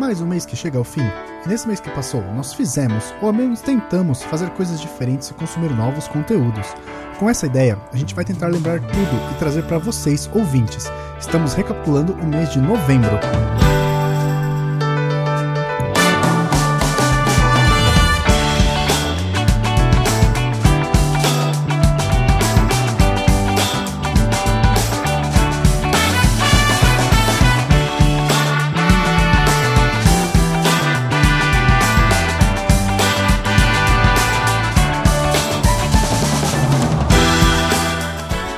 Mais um mês que chega ao fim. E nesse mês que passou, nós fizemos, ou ao menos tentamos, fazer coisas diferentes e consumir novos conteúdos. Com essa ideia, a gente vai tentar lembrar tudo e trazer para vocês, ouvintes. Estamos recapitulando o mês de novembro.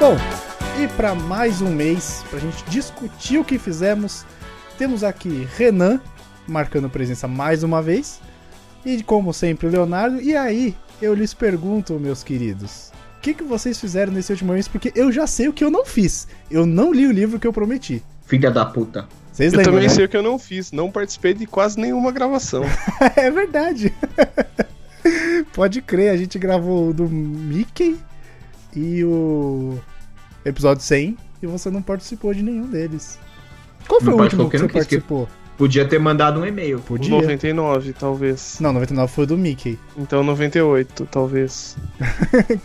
Bom, e para mais um mês, para a gente discutir o que fizemos, temos aqui Renan, marcando presença mais uma vez, e como sempre, Leonardo. E aí, eu lhes pergunto, meus queridos, o que, que vocês fizeram nesse último mês? Porque eu já sei o que eu não fiz. Eu não li o livro que eu prometi. Filha da puta. Vocês eu lembram? também né? sei o que eu não fiz, não participei de quase nenhuma gravação. É verdade. Pode crer, a gente gravou o do Mickey e o episódio 100 e você não participou de nenhum deles. Qual foi Não o último participou que você porque não quis, que- participou? Podia ter mandado um e-mail. Os Podia. 99, talvez. Não, 99 foi o do Mickey, Então 98, talvez.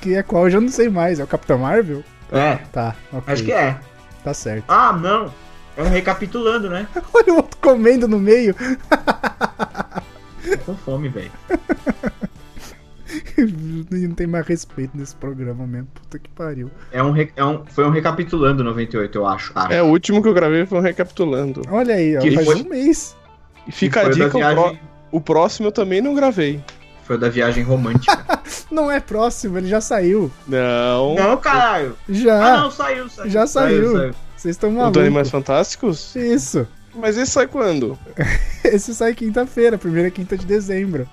que é qual eu já não sei mais. É o Capitão Marvel? É, Tá, ok. acho que é. Tá certo. Ah, não. É um recapitulando, né? Olha o outro comendo no meio. Tô com fome, velho. não tem mais respeito nesse programa mesmo. Puta que pariu. É um, re- é um- foi um recapitulando 98, eu acho. Ah. acho. É, o último que eu gravei foi um recapitulando. Olha aí, ó, Que faz foi- um mês. E E fica a foi o da dica, o, viagem- pró- o próximo eu também não gravei. Foi o da viagem romântica. Não é próximo, ele já saiu. Não. não, caralho. Já. Ah, não, saiu, saiu. já saiu. Vocês estão O do malucos. Animais Fantásticos? Isso. Mas esse sai quando? Esse sai quinta-feira, primeira quinta de dezembro.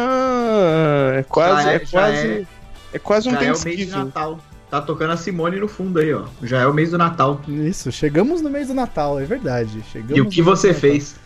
Ah, é quase. Já é- é, já quase. É, quase um Já é o mês de Thanksgiving. Natal. Tá tocando a Simone no fundo aí, ó. Já é o mês do Natal. Isso, chegamos no mês do Natal, é verdade. Chegamos e o que no mês você do Natal. fez?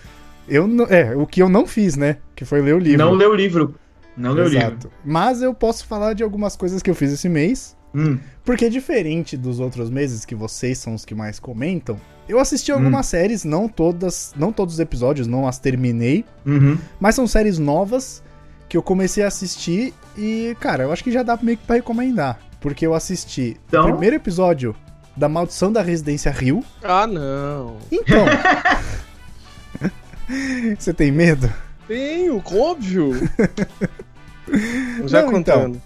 Eu não, é, o que eu não fiz, né? Que foi ler o livro. Não leu o livro. Não leu o livro. Exato. Mas eu posso falar de algumas coisas que eu fiz esse mês. Hum, Porque diferente dos outros meses, que vocês são os que mais comentam, eu assisti Hum. algumas séries, não todas, não todos os episódios, não as terminei, uhum. mas são séries novas que eu comecei a assistir e, cara, eu acho que já dá meio que pra recomendar. Porque eu assisti o Então? primeiro episódio da Maldição da Residência Rio. Ah, não. Então. Você tem medo? Tenho, óbvio. Já Não, contando.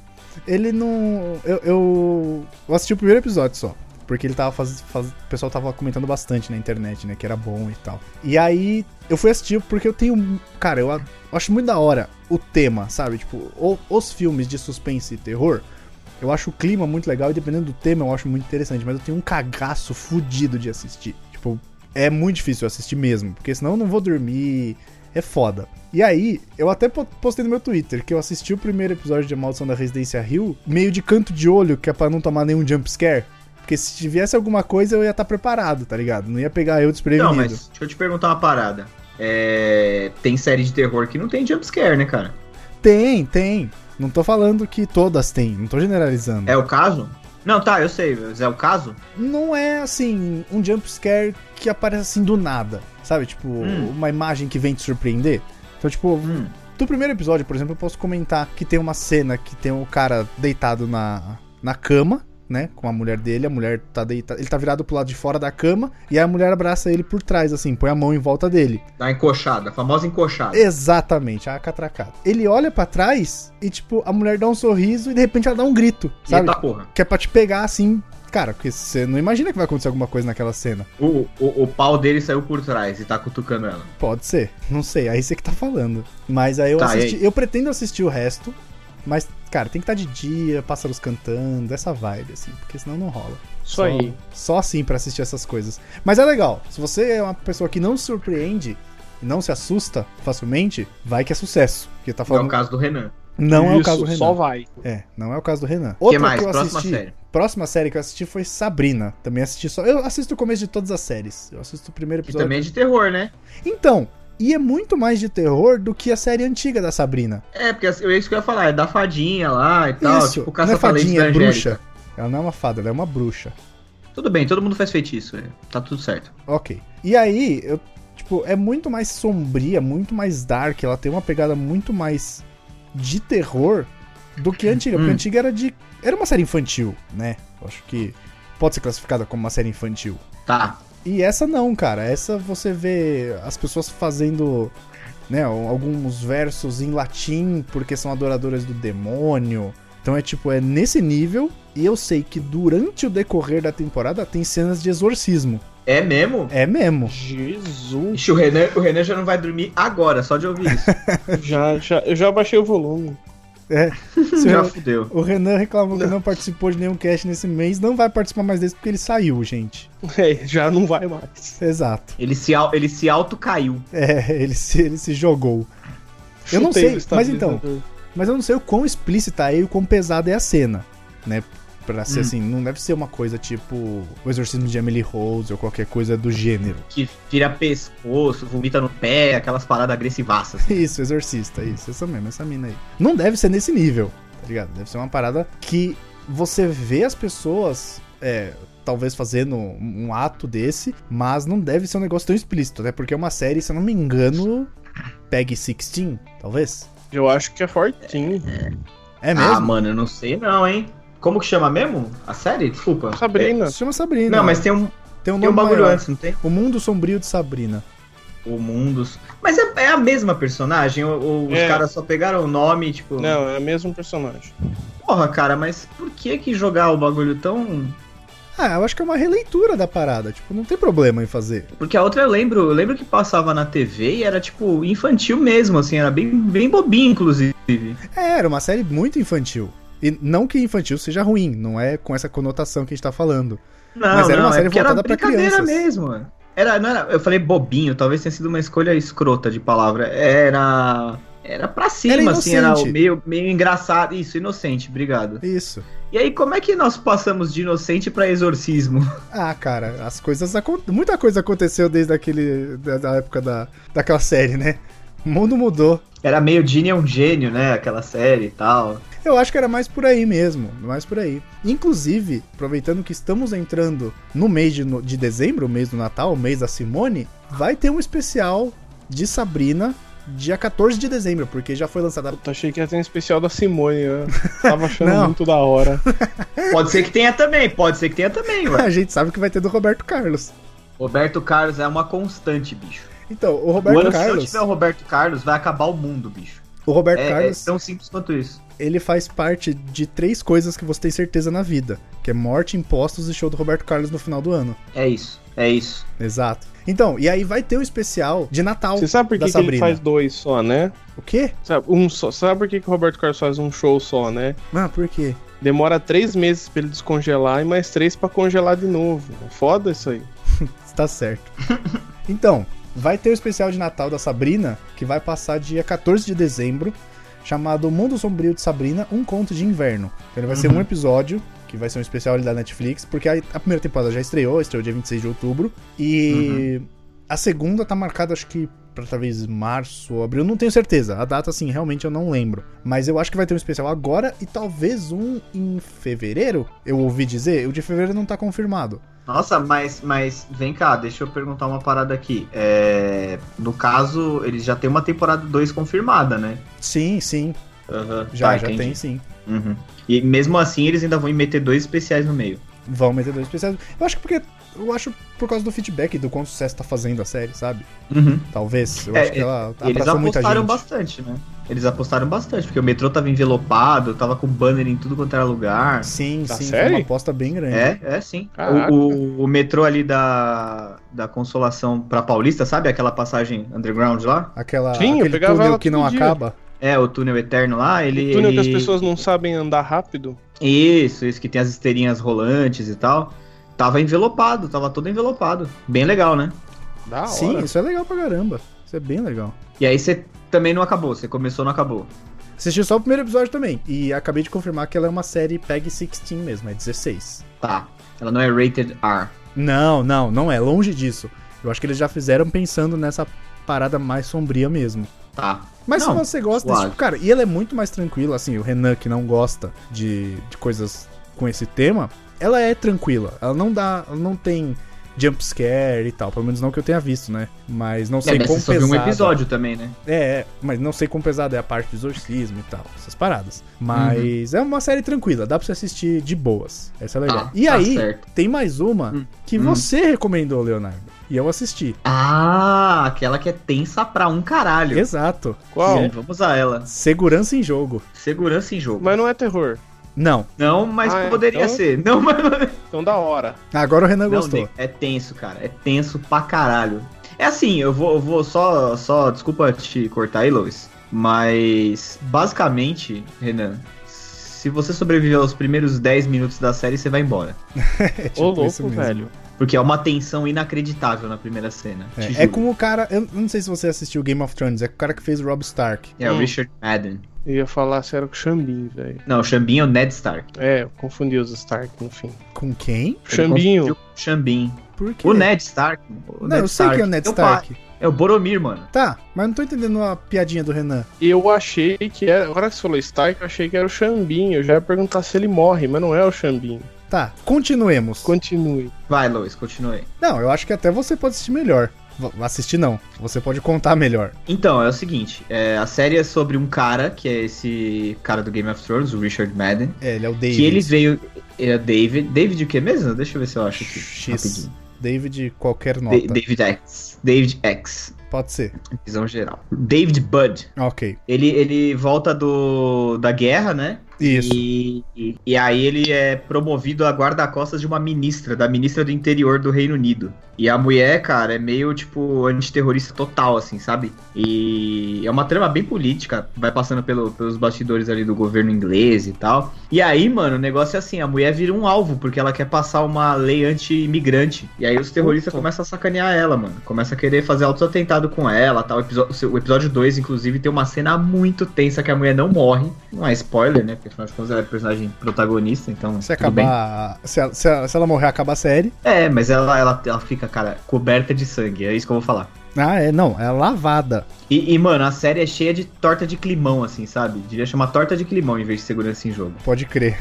Ele não. Eu, eu, eu assisti o primeiro episódio só. Porque ele tava faz, faz- o pessoal tava comentando bastante na internet, né? Que era bom e tal. E aí, eu fui assistir porque eu tenho. Cara, eu a- eu acho muito da hora o tema, sabe? Tipo, o- os filmes de suspense e terror. Eu acho o clima muito legal e dependendo do tema eu acho muito interessante, mas eu tenho um cagaço fudido de assistir. Tipo, é muito difícil eu assistir mesmo, porque senão eu não vou dormir. É foda. E aí, eu até po- postei no meu Twitter que eu assisti o primeiro episódio de A Maldição da Residência Hill meio de canto de olho, que é pra não tomar nenhum jump scare. Porque se tivesse alguma coisa eu ia estar preparado, tá ligado? Não ia pegar eu desprevenido. Não, mas deixa eu te perguntar uma parada. É, Tem série de terror que não tem jumpscare, né, cara? Tem, tem. Não tô falando que todas têm, não tô generalizando. É o caso? Não, tá, eu sei, mas é o caso? Não é assim, um jump scare que aparece assim do nada, sabe? Tipo, Hum. uma imagem que vem te surpreender. Então, tipo, Hum. do primeiro episódio, por exemplo, eu posso comentar que tem uma cena que tem o cara deitado na, na cama, né? Com a mulher dele, a mulher tá deitada. Ele tá virado pro lado de fora da cama, e aí a mulher abraça ele por trás, assim, põe a mão em volta dele. Da encoxada, a famosa encoxada. É, Exatamente, a catracada. Ele olha pra trás e, tipo, a mulher dá um sorriso e de repente ela dá um grito, sabe? Eita porra. que é pra te pegar assim, cara, porque você não imagina que vai acontecer alguma coisa naquela cena. O, o, o pau dele saiu por trás e tá cutucando ela. Pode ser, não sei, aí você que tá falando. Mas aí eu Tá, assisti, e eu pretendo assistir o resto, mas, cara, tem que estar de dia, pássaros cantando, essa vibe, assim, porque senão não rola. Isso aí. Só assim pra assistir essas coisas. Mas é legal, se você é uma pessoa que não se surpreende e não se assusta facilmente, vai que é sucesso. Porque tá É o falando. caso do Renan. Não é o Isso, caso do Renan. Só vai. É, não é o caso do Renan. O que Outra mais? que eu Próxima assisti, série. Próxima série que eu assisti foi Sabrina. Também assisti só. Eu assisto o começo de todas as séries. Eu assisto o primeiro Que episódio. também é de terror, né? Então, e é muito mais de terror do que a série antiga da Sabrina. É, porque assim, é isso que eu ia falar, é da fadinha lá e tal, Isso, tipo não é caça-talentos fadinha, da é Angélica. bruxa. Ela não é uma fada, ela é uma bruxa. Tudo bem, todo mundo faz feitiço, é, tá tudo certo. Ok. E aí, eu tipo, tipo, é muito mais sombria, muito mais dark, ela tem uma pegada muito mais de terror do que a antiga, porque a Hum. antiga era de era uma série infantil, né? Eu acho que pode ser classificada como uma série infantil. Tá. E essa não, cara. Essa você vê as pessoas fazendo né, alguns versos em latim porque são adoradoras do demônio. Então é tipo, é nesse nível. E eu sei que durante o decorrer da temporada tem cenas de exorcismo. É mesmo? É mesmo. Jesus. Ixi, o Renan, o Renan já não vai dormir agora, só de ouvir isso. já, já, eu já baixei o volume. Se já eu- fudeu. o Renan reclamou que não participou de nenhum cast nesse mês. Não vai participar mais desse porque ele saiu, gente. É, já não vai mais. Exato. Ele se, au- ele se auto-caiu. É, ele se, ele se jogou. Eu não sei, Chutei o mas então. estabilizador. Mas eu não sei o quão explícita é e o quão pesada é a cena, né? Pra ser Hum. assim, não deve ser uma coisa tipo o exorcismo de Emily Rose ou qualquer coisa do gênero. Que vira pescoço, vomita no pé, aquelas paradas agressivaças. Isso, exorcista, isso, essa mesmo, essa mina aí. Não deve ser nesse nível, tá ligado? Deve ser uma parada que você vê as pessoas, é, talvez fazendo um um ato desse, mas não deve ser um negócio tão explícito, até porque é uma série, se eu não me engano, PEG 16, talvez? Eu acho que é fortinho. É mesmo? Ah, mano, eu não sei não, hein? Como que chama mesmo? A série? Desculpa. É, Sabrina. Se chama Sabrina. Não, mas tem um, tem um nome tem um bagulho maior. antes, não tem? O Mundo Sombrio de Sabrina. O Mundos. Mas é, é a mesma personagem? Ou, ou os É. caras só pegaram o nome, tipo. Não, é o mesmo personagem. Porra, cara, mas por que que jogar o bagulho tão. Ah, eu acho que é uma releitura da parada. Tipo, não tem problema em fazer. Porque a outra eu lembro, eu lembro que passava na TV e era, tipo, infantil mesmo, assim, era bem, bem bobinho, inclusive. É, era uma série muito infantil. E não que infantil seja ruim, não é com essa conotação que a gente tá falando. Não, Mas era não, uma série é porque era voltada pra brincadeira crianças. mesmo. Era, não era, eu falei bobinho, talvez tenha sido uma escolha escrota de palavra. Era. Era pra cima, Era assim, era o inocente. meio, meio engraçado. Isso, inocente, obrigado. Isso. E aí, como é que nós passamos de inocente pra exorcismo? Ah, cara, as coisas. acon- Muita coisa aconteceu desde aquele. da, da época da, daquela série, né? O mundo mudou. Era meio Ginny é um gênio, né? Aquela série e tal. Eu acho que era mais por aí mesmo, mais por aí. Inclusive, aproveitando que estamos entrando no mês de, no- de dezembro, o mês do Natal, o mês da Simone, vai ter um especial de Sabrina dia 14 de dezembro, porque já foi lançada Puta, achei que ia ter um especial da Simone, né? Tava achando Não. muito da hora. É. Pode ser que tenha também, pode ser que tenha também, ué. A gente sabe que vai ter do Roberto Carlos. Roberto Carlos é uma constante, bicho. Então, o Mano, Roberto Se eu Carlos, tiver o Roberto Carlos, vai acabar o mundo, bicho. o Roberto É, é Carlos, tão simples quanto isso. ele faz parte de três coisas que você tem certeza na vida, que é morte, impostos e show do Roberto Carlos no final do ano. É isso, é isso. Exato. Então, e aí vai ter um especial de Natal. Você sabe por Da que, que ele Sabrina. faz dois só, né? O quê? Sabe, um só. Sabe por que, que o Roberto Carlos faz um show só, né? Ah, por quê? Demora três meses pra ele descongelar e mais três pra congelar de novo. É Foda isso aí. Está Tá certo. então, vai ter o especial de Natal da Sabrina, que vai passar dia 14 de dezembro, chamado O Mundo Sombrio de Sabrina, Um Conto de Inverno. Então ele vai ser um episódio, que vai ser um especial ali da Netflix, porque a, a primeira temporada já estreou, estreou dia 26 de outubro, e a segunda tá marcada, acho que pra talvez março ou abril, não tenho certeza. A data, assim, realmente eu não lembro. Mas eu acho que vai ter um especial agora e talvez um em fevereiro, eu ouvi dizer. O de fevereiro não tá confirmado. Nossa, mas, mas vem cá, deixa eu perguntar uma parada aqui. É, no caso, eles já tem uma temporada 2 confirmada, né? Sim, sim. Aham. Já, Tá, já entendi. tem sim. Uhum. E mesmo assim, eles ainda vão meter dois especiais no meio. Vão meter dois especiais. Eu acho que porque. Eu acho por causa do feedback do quanto sucesso tá fazendo a série, sabe? Uhum. Talvez. Eu É, acho que ela Eles abraçou muita apostaram gente. bastante, né? Eles apostaram bastante, porque o metrô tava envelopado, tava com banner em tudo quanto era lugar. Sim, Da sim, série? foi uma aposta bem grande. É, é sim. Caraca. O, o- o metrô ali da, da Consolação pra Paulista, sabe? Aquela passagem underground lá? Aquela, Sim, eu aquele pegava túnel ela que todo não dia. acaba. É, o túnel eterno lá, ele. o túnel que as ele- pessoas não sabem andar rápido. Isso, isso que tem as esteirinhas rolantes e tal. Tava envelopado, tava todo envelopado. Bem legal, né? Da hora. sim, isso é legal pra caramba. Isso é bem legal. E aí você também não acabou, você começou não acabou. Assisti só o primeiro episódio também. E acabei de confirmar que ela é uma série PEG 16 mesmo, é 16. Tá. Ela não é rated R. Não, não, não é. Longe disso. Eu acho que eles já fizeram pensando nessa parada mais sombria mesmo. Tá. Mas Não, se você gosta desse suave. tipo, cara, e ele é muito mais tranquilo, assim, o Renan que não gosta de, de coisas com esse tema, ela é tranquila. Ela não dá. Ela não tem jumpscare e tal. Pelo menos não que eu tenha visto, né? Mas não sei é, mas quão você só viu pesado. um episódio também, né? É, é, mas não sei quão pesado é a parte do exorcismo e tal, essas paradas. Mas Uhum. é uma série tranquila, dá pra você assistir de boas. Essa é legal. Tá, e tá aí, certo. tem mais uma Hum, que hum. você recomendou, Leonardo. E eu assisti. Ah, aquela que é tensa pra um caralho. Exato. Qual? Sim, vamos a ela. Segurança em jogo. Segurança em jogo. Mas não é terror. Não. Não, mas Ah, é, poderia então? ser. Não, mas Então da hora. Agora o Renan Não, gostou. Nick, é tenso, cara. É tenso pra caralho. É assim, eu vou, eu vou só, só. Desculpa te cortar aí, Lois. Mas, basicamente, Renan, se você sobreviver aos primeiros 10 minutos da série, você vai embora. É Ô isso louco, mesmo. velho. Porque é uma tensão inacreditável na primeira cena. te É, é juro. com o cara. Eu não sei se você assistiu Game of Thrones, é com o cara que fez o Rob Stark. É o Hum. Richard Madden. Eu ia falar se era com o Xambinho, velho. Não, o Xambin é o Ned Stark. É, eu confundi os Stark, no fim. Com quem? Ele Xambinho. confundiu com o Xambin. Por quê? O Ned Stark. O é? Não, Ned eu sei quem é o Ned É pai. Stark. É o Boromir, mano. Tá, mas não tô entendendo a piadinha do Renan. Eu achei que era. Agora que você falou Stark, eu achei que era o Xambinho. Eu já ia perguntar se ele morre, mas não é o Xambinho. Tá, continuemos. Continue. Vai, Lois, continue. Não, eu acho que até você pode assistir melhor. V- assistir não, você pode contar melhor. Então, é o seguinte, é, a série é sobre um cara, que é esse cara do Game of Thrones, o Richard Madden, É, ele é o David. que ele veio. É David. David o que mesmo? Deixa eu ver se eu acho aqui. X. rapidinho. David qualquer nota. Da- David X. David X. Pode ser. Visão geral. David Budd. Ok. Ele, ele volta do, da guerra, né? Isso. E, e, e aí ele é promovido a guarda-costas de uma ministra, da ministra do interior do Reino Unido. E a mulher, cara, é meio, tipo, antiterrorista total, assim, sabe? E é uma trama bem política, vai passando pelo- pelos bastidores ali do governo inglês e tal. E aí, mano, o negócio é assim, a mulher vira um alvo, porque ela quer passar uma lei anti-imigrante. E aí os terroristas Puta. começam a sacanear ela, mano. Começa a querer fazer altos atentados com ela, tal. O episódio, o episódio 2, inclusive, tem uma cena muito tensa que a mulher não morre. Não é spoiler, né? Porque afinal de contas ela é personagem protagonista, então. Se tudo bem. acabar. Se ela, se ela- se ela morrer, acaba a série. É, mas ela, ela, ela fica, cara, coberta de sangue. É isso que eu vou falar. Ah, é, não, é lavada. E, e, mano, a série é cheia de torta de climão, assim, sabe? Devia chamar torta de climão em vez de segurança em jogo. Pode crer.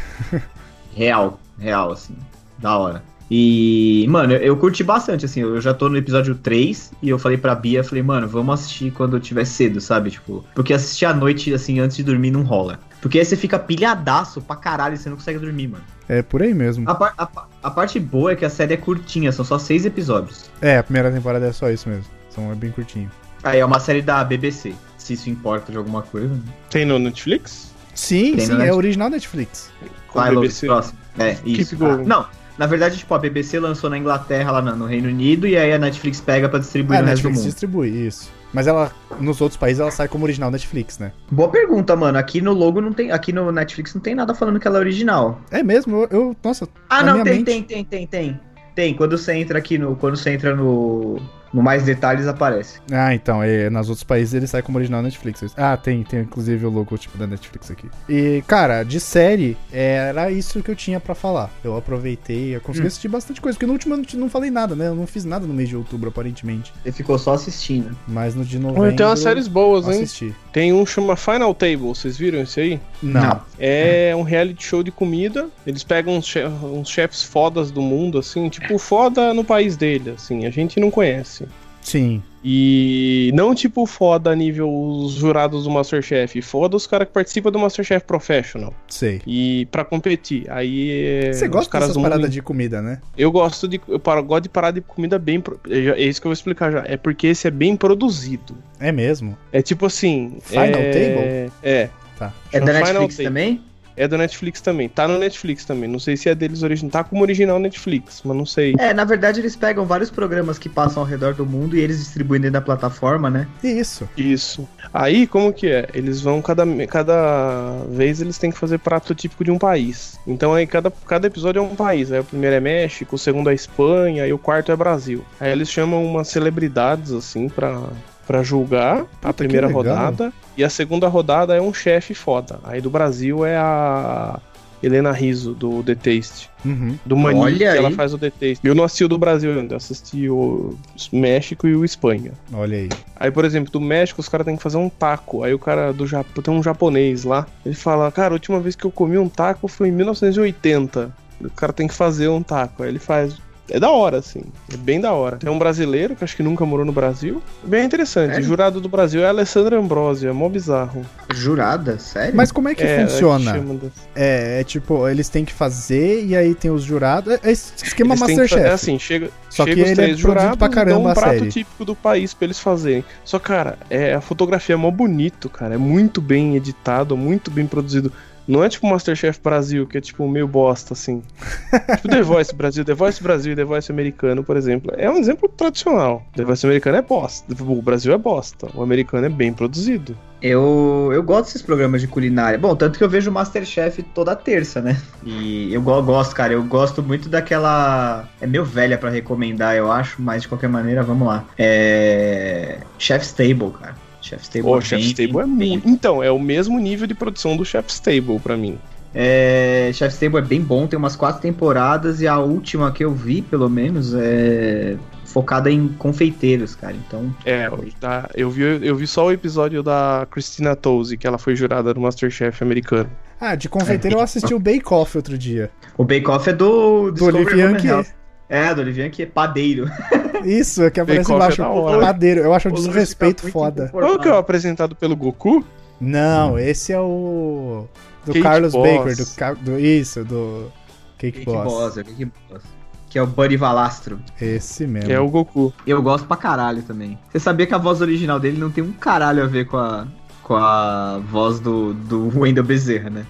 Real, real, assim. Da hora. E, mano, eu, eu curti bastante, assim. Eu já tô no episódio 3 e eu falei pra Bia, falei, mano, vamos assistir quando eu tiver cedo, sabe? Tipo, porque assistir à noite, assim, antes de dormir não rola. Porque aí você fica pilhadaço pra caralho e você não consegue dormir, mano. É por aí mesmo. A, par- a pa- a parte boa é que a série é curtinha, são só seis episódios. É, a primeira temporada é só isso mesmo. São é bem curtinho. Aí é uma série da BBC, se isso importa de alguma coisa. né? Tem no Netflix? Sim, Tem sim, no é Net- original Netflix. Com Vai, o Lucas, BBC. próximo. É, isso. going. Ah, não, na verdade, tipo, a BBC lançou na Inglaterra, lá na- no Reino Unido, e aí a Netflix pega pra distribuir Ah, a no É, resto do Netflix mundo. distribui, isso. Mas ela, nos outros países, ela sai como original Netflix, né? Boa pergunta, mano. Aqui no logo não tem. Aqui no Netflix não tem nada falando que ela é original. É mesmo, eu. eu- nossa, Ah, Na não, minha tem, mente- tem, tem, tem, tem. Tem. Quando você entra aqui no. Quando você entra no. No mais detalhes aparece. Ah, então, é, nas outros países ele sai como original Netflix. Ah, tem, tem inclusive o logotipo da Netflix aqui. E, cara, de série, era isso que eu tinha pra falar. Eu aproveitei, eu consegui Hum. assistir bastante coisa, porque no último ano eu não- não falei nada, né? Eu não fiz nada no mês de outubro, aparentemente. Ele ficou só assistindo. Mas no de então novembro. é Olha, Tem umas séries boas, eu hein? assisti. Tem um que chama Final Table, vocês viram isso aí? Não. Não. É um reality show de comida. Eles pegam uns, che- uns chefs fodas do mundo, assim, tipo foda no país dele, assim, a gente não conhece. Sim. E não tipo foda a nível os jurados do Masterchef, foda os caras que participam do Masterchef Professional. Sei. E pra competir. Aí é, Você os gosta caras dessas do mundo paradas de comida, né? eu gosto de. Eu paro- gosto de parada de comida bem. pro- É já- é isso que eu vou explicar já. É porque esse é bem produzido. É mesmo. É tipo assim. Final é, Table? É. Tá. É Chama da Final Netflix Table. também? É do Netflix também. Tá no Netflix também. Não sei se é deles original. Tá como original Netflix, mas não sei. É, na verdade eles pegam vários programas que passam ao redor do mundo e eles distribuem dentro da plataforma, né? Isso. Isso. Aí, como que é? Eles vão cada, cada vez eles têm que fazer prato típico de um país. Então aí cada, cada episódio é um país. Aí o primeiro é México, o segundo é Espanha e o quarto é Brasil. Aí eles chamam umas celebridades assim pra para julgar a primeira legal. rodada e a segunda rodada é um chefe foda. Aí do Brasil é a Helena Riso do The Taste, Uhum. do Mani, Olha que ela aí. faz o The Taste. Eu não assisti o do Brasil ainda, eu assisti o México e o Espanha. Olha aí. Aí, por exemplo, do México, os caras têm que fazer um taco. Aí o cara do Japão, tem um japonês lá, ele fala, cara, a última vez que eu comi um taco foi em 1980. O cara tem que fazer um taco. Aí ele faz É da hora, assim. É bem da hora. Tem um brasileiro que acho que nunca morou no Brasil. Bem interessante. É? Jurado do Brasil é Alessandra Ambrosio. É mó bizarro. Jurada? Sério? Mas como é que É, ela funciona? chama das- É, é tipo, eles têm que fazer e aí tem os jurados. É, é esse esquema Eles têm que fazer- Masterchef. É assim, chega, Só chega que os ele é três produzido jurados pra caramba dão um a prato série. típico do país pra eles fazerem. Só, cara, é, a fotografia é mó bonito, cara. É muito bem editado, muito bem produzido. Não é tipo Masterchef Brasil, que é tipo meio bosta, assim. tipo The Voice Brasil, The Voice Brasil e The Voice americano, por exemplo. É um exemplo tradicional. The Voice americano é bosta. O Brasil é bosta. O americano é bem produzido. Eu, eu gosto desses programas de culinária. Bom, tanto que eu vejo o Masterchef toda terça, né? E eu go- gosto, cara. Eu gosto muito daquela. É meio velha pra recomendar, eu acho, mas de qualquer maneira, vamos lá. É. Chef's Table, cara. Chef's Table. Pô, bem- Chef's Table é bem- muito. Então, é o mesmo nível de produção do Chef's Table pra mim. É, Chef's Table é bem bom, tem umas quatro temporadas e a última que eu vi, pelo menos, é focada em confeiteiros, cara. Então, É, o da- eu, vi, eu vi só o episódio da Christina Tozzi, que ela foi jurada no Masterchef americano. Ah, de É. confeiteiro eu assisti o Bake Off outro dia. o Bake Off é do Do Discovery Olivier Home and Health. Anquiet. É, do Olivier que é padeiro. Isso, é que aparece Off é embaixo. da hora. Padeiro. Eu acho um O Lúcio desrespeito tá muito foda. informado. Qual que é o apresentado pelo Goku? Não, esse é o. Do Cake Carlos Boss. Baker, do, Ca- do- Isso, do. Cake, Cake Boss. Boss, é o Cake Boss. Que é o Buddy Valastro. Esse mesmo. Que é o Goku. Eu gosto pra caralho também. Você sabia que a voz original dele não tem um caralho a ver com a, com a voz do, do Wendel Bezerra, né?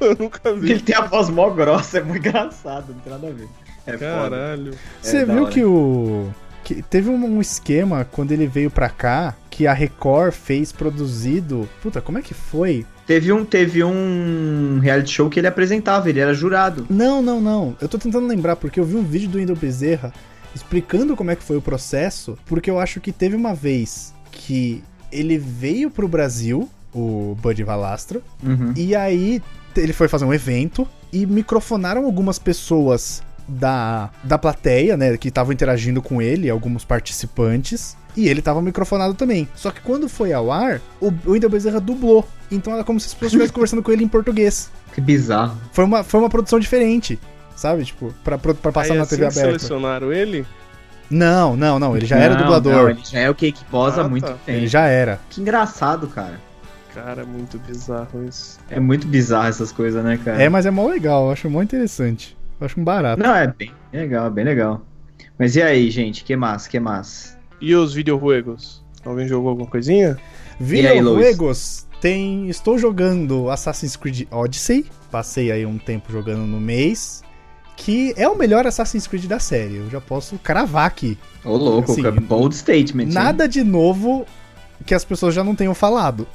eu nunca Porque vi. ele tem a voz mó grossa, é muito engraçado, não tem nada a ver. É foda. Caralho. Você É, da viu hora. que o. que teve um um esquema quando ele veio pra cá que a Record fez produzido. Puta, como é que foi? Teve um, teve um reality show que ele apresentava, ele era jurado. Não, não, não. Eu tô tentando lembrar porque eu vi um vídeo do Indo Bezerra explicando como é que foi o processo, porque eu acho que teve uma vez que ele veio pro Brasil, o Bud Valastro, Uhum. E aí t- ele foi fazer um evento e microfonaram algumas pessoas da, da plateia, né, que estavam interagindo com ele, alguns participantes. E ele tava microfonado também. Só que quando foi ao ar, o o Wendel Bezerra dublou. Então era como se as pessoas estivessem conversando com ele em português. Que bizarro. Foi uma, foi uma produção diferente, sabe? Tipo, pra, pro- pra passar Aí é na assim TV aberta. selecionaram ele? Não, não, não. Ele já era Não, dublador. não, ele já é o Cake Boss Ah, há muito tá. tempo. Ele já era. Que engraçado, cara. Cara, muito bizarro isso. É muito bizarro essas coisas, né, cara? É, mas é mó legal. Eu acho mó interessante. Eu acho um barato. Não, é bem legal, bem legal. Mas e aí, gente? Que massa, que massa. E os videojuegos? Alguém jogou alguma coisinha? E aí, Luiz? Videojuegos tem. Estou jogando Assassin's Creed Odyssey. Passei aí um tempo jogando no mês. Que é o melhor Assassin's Creed da série. Eu já posso cravar aqui. Ô, louco, Assim, cara, bold statement. hein? Nada de novo que as pessoas já não tenham falado.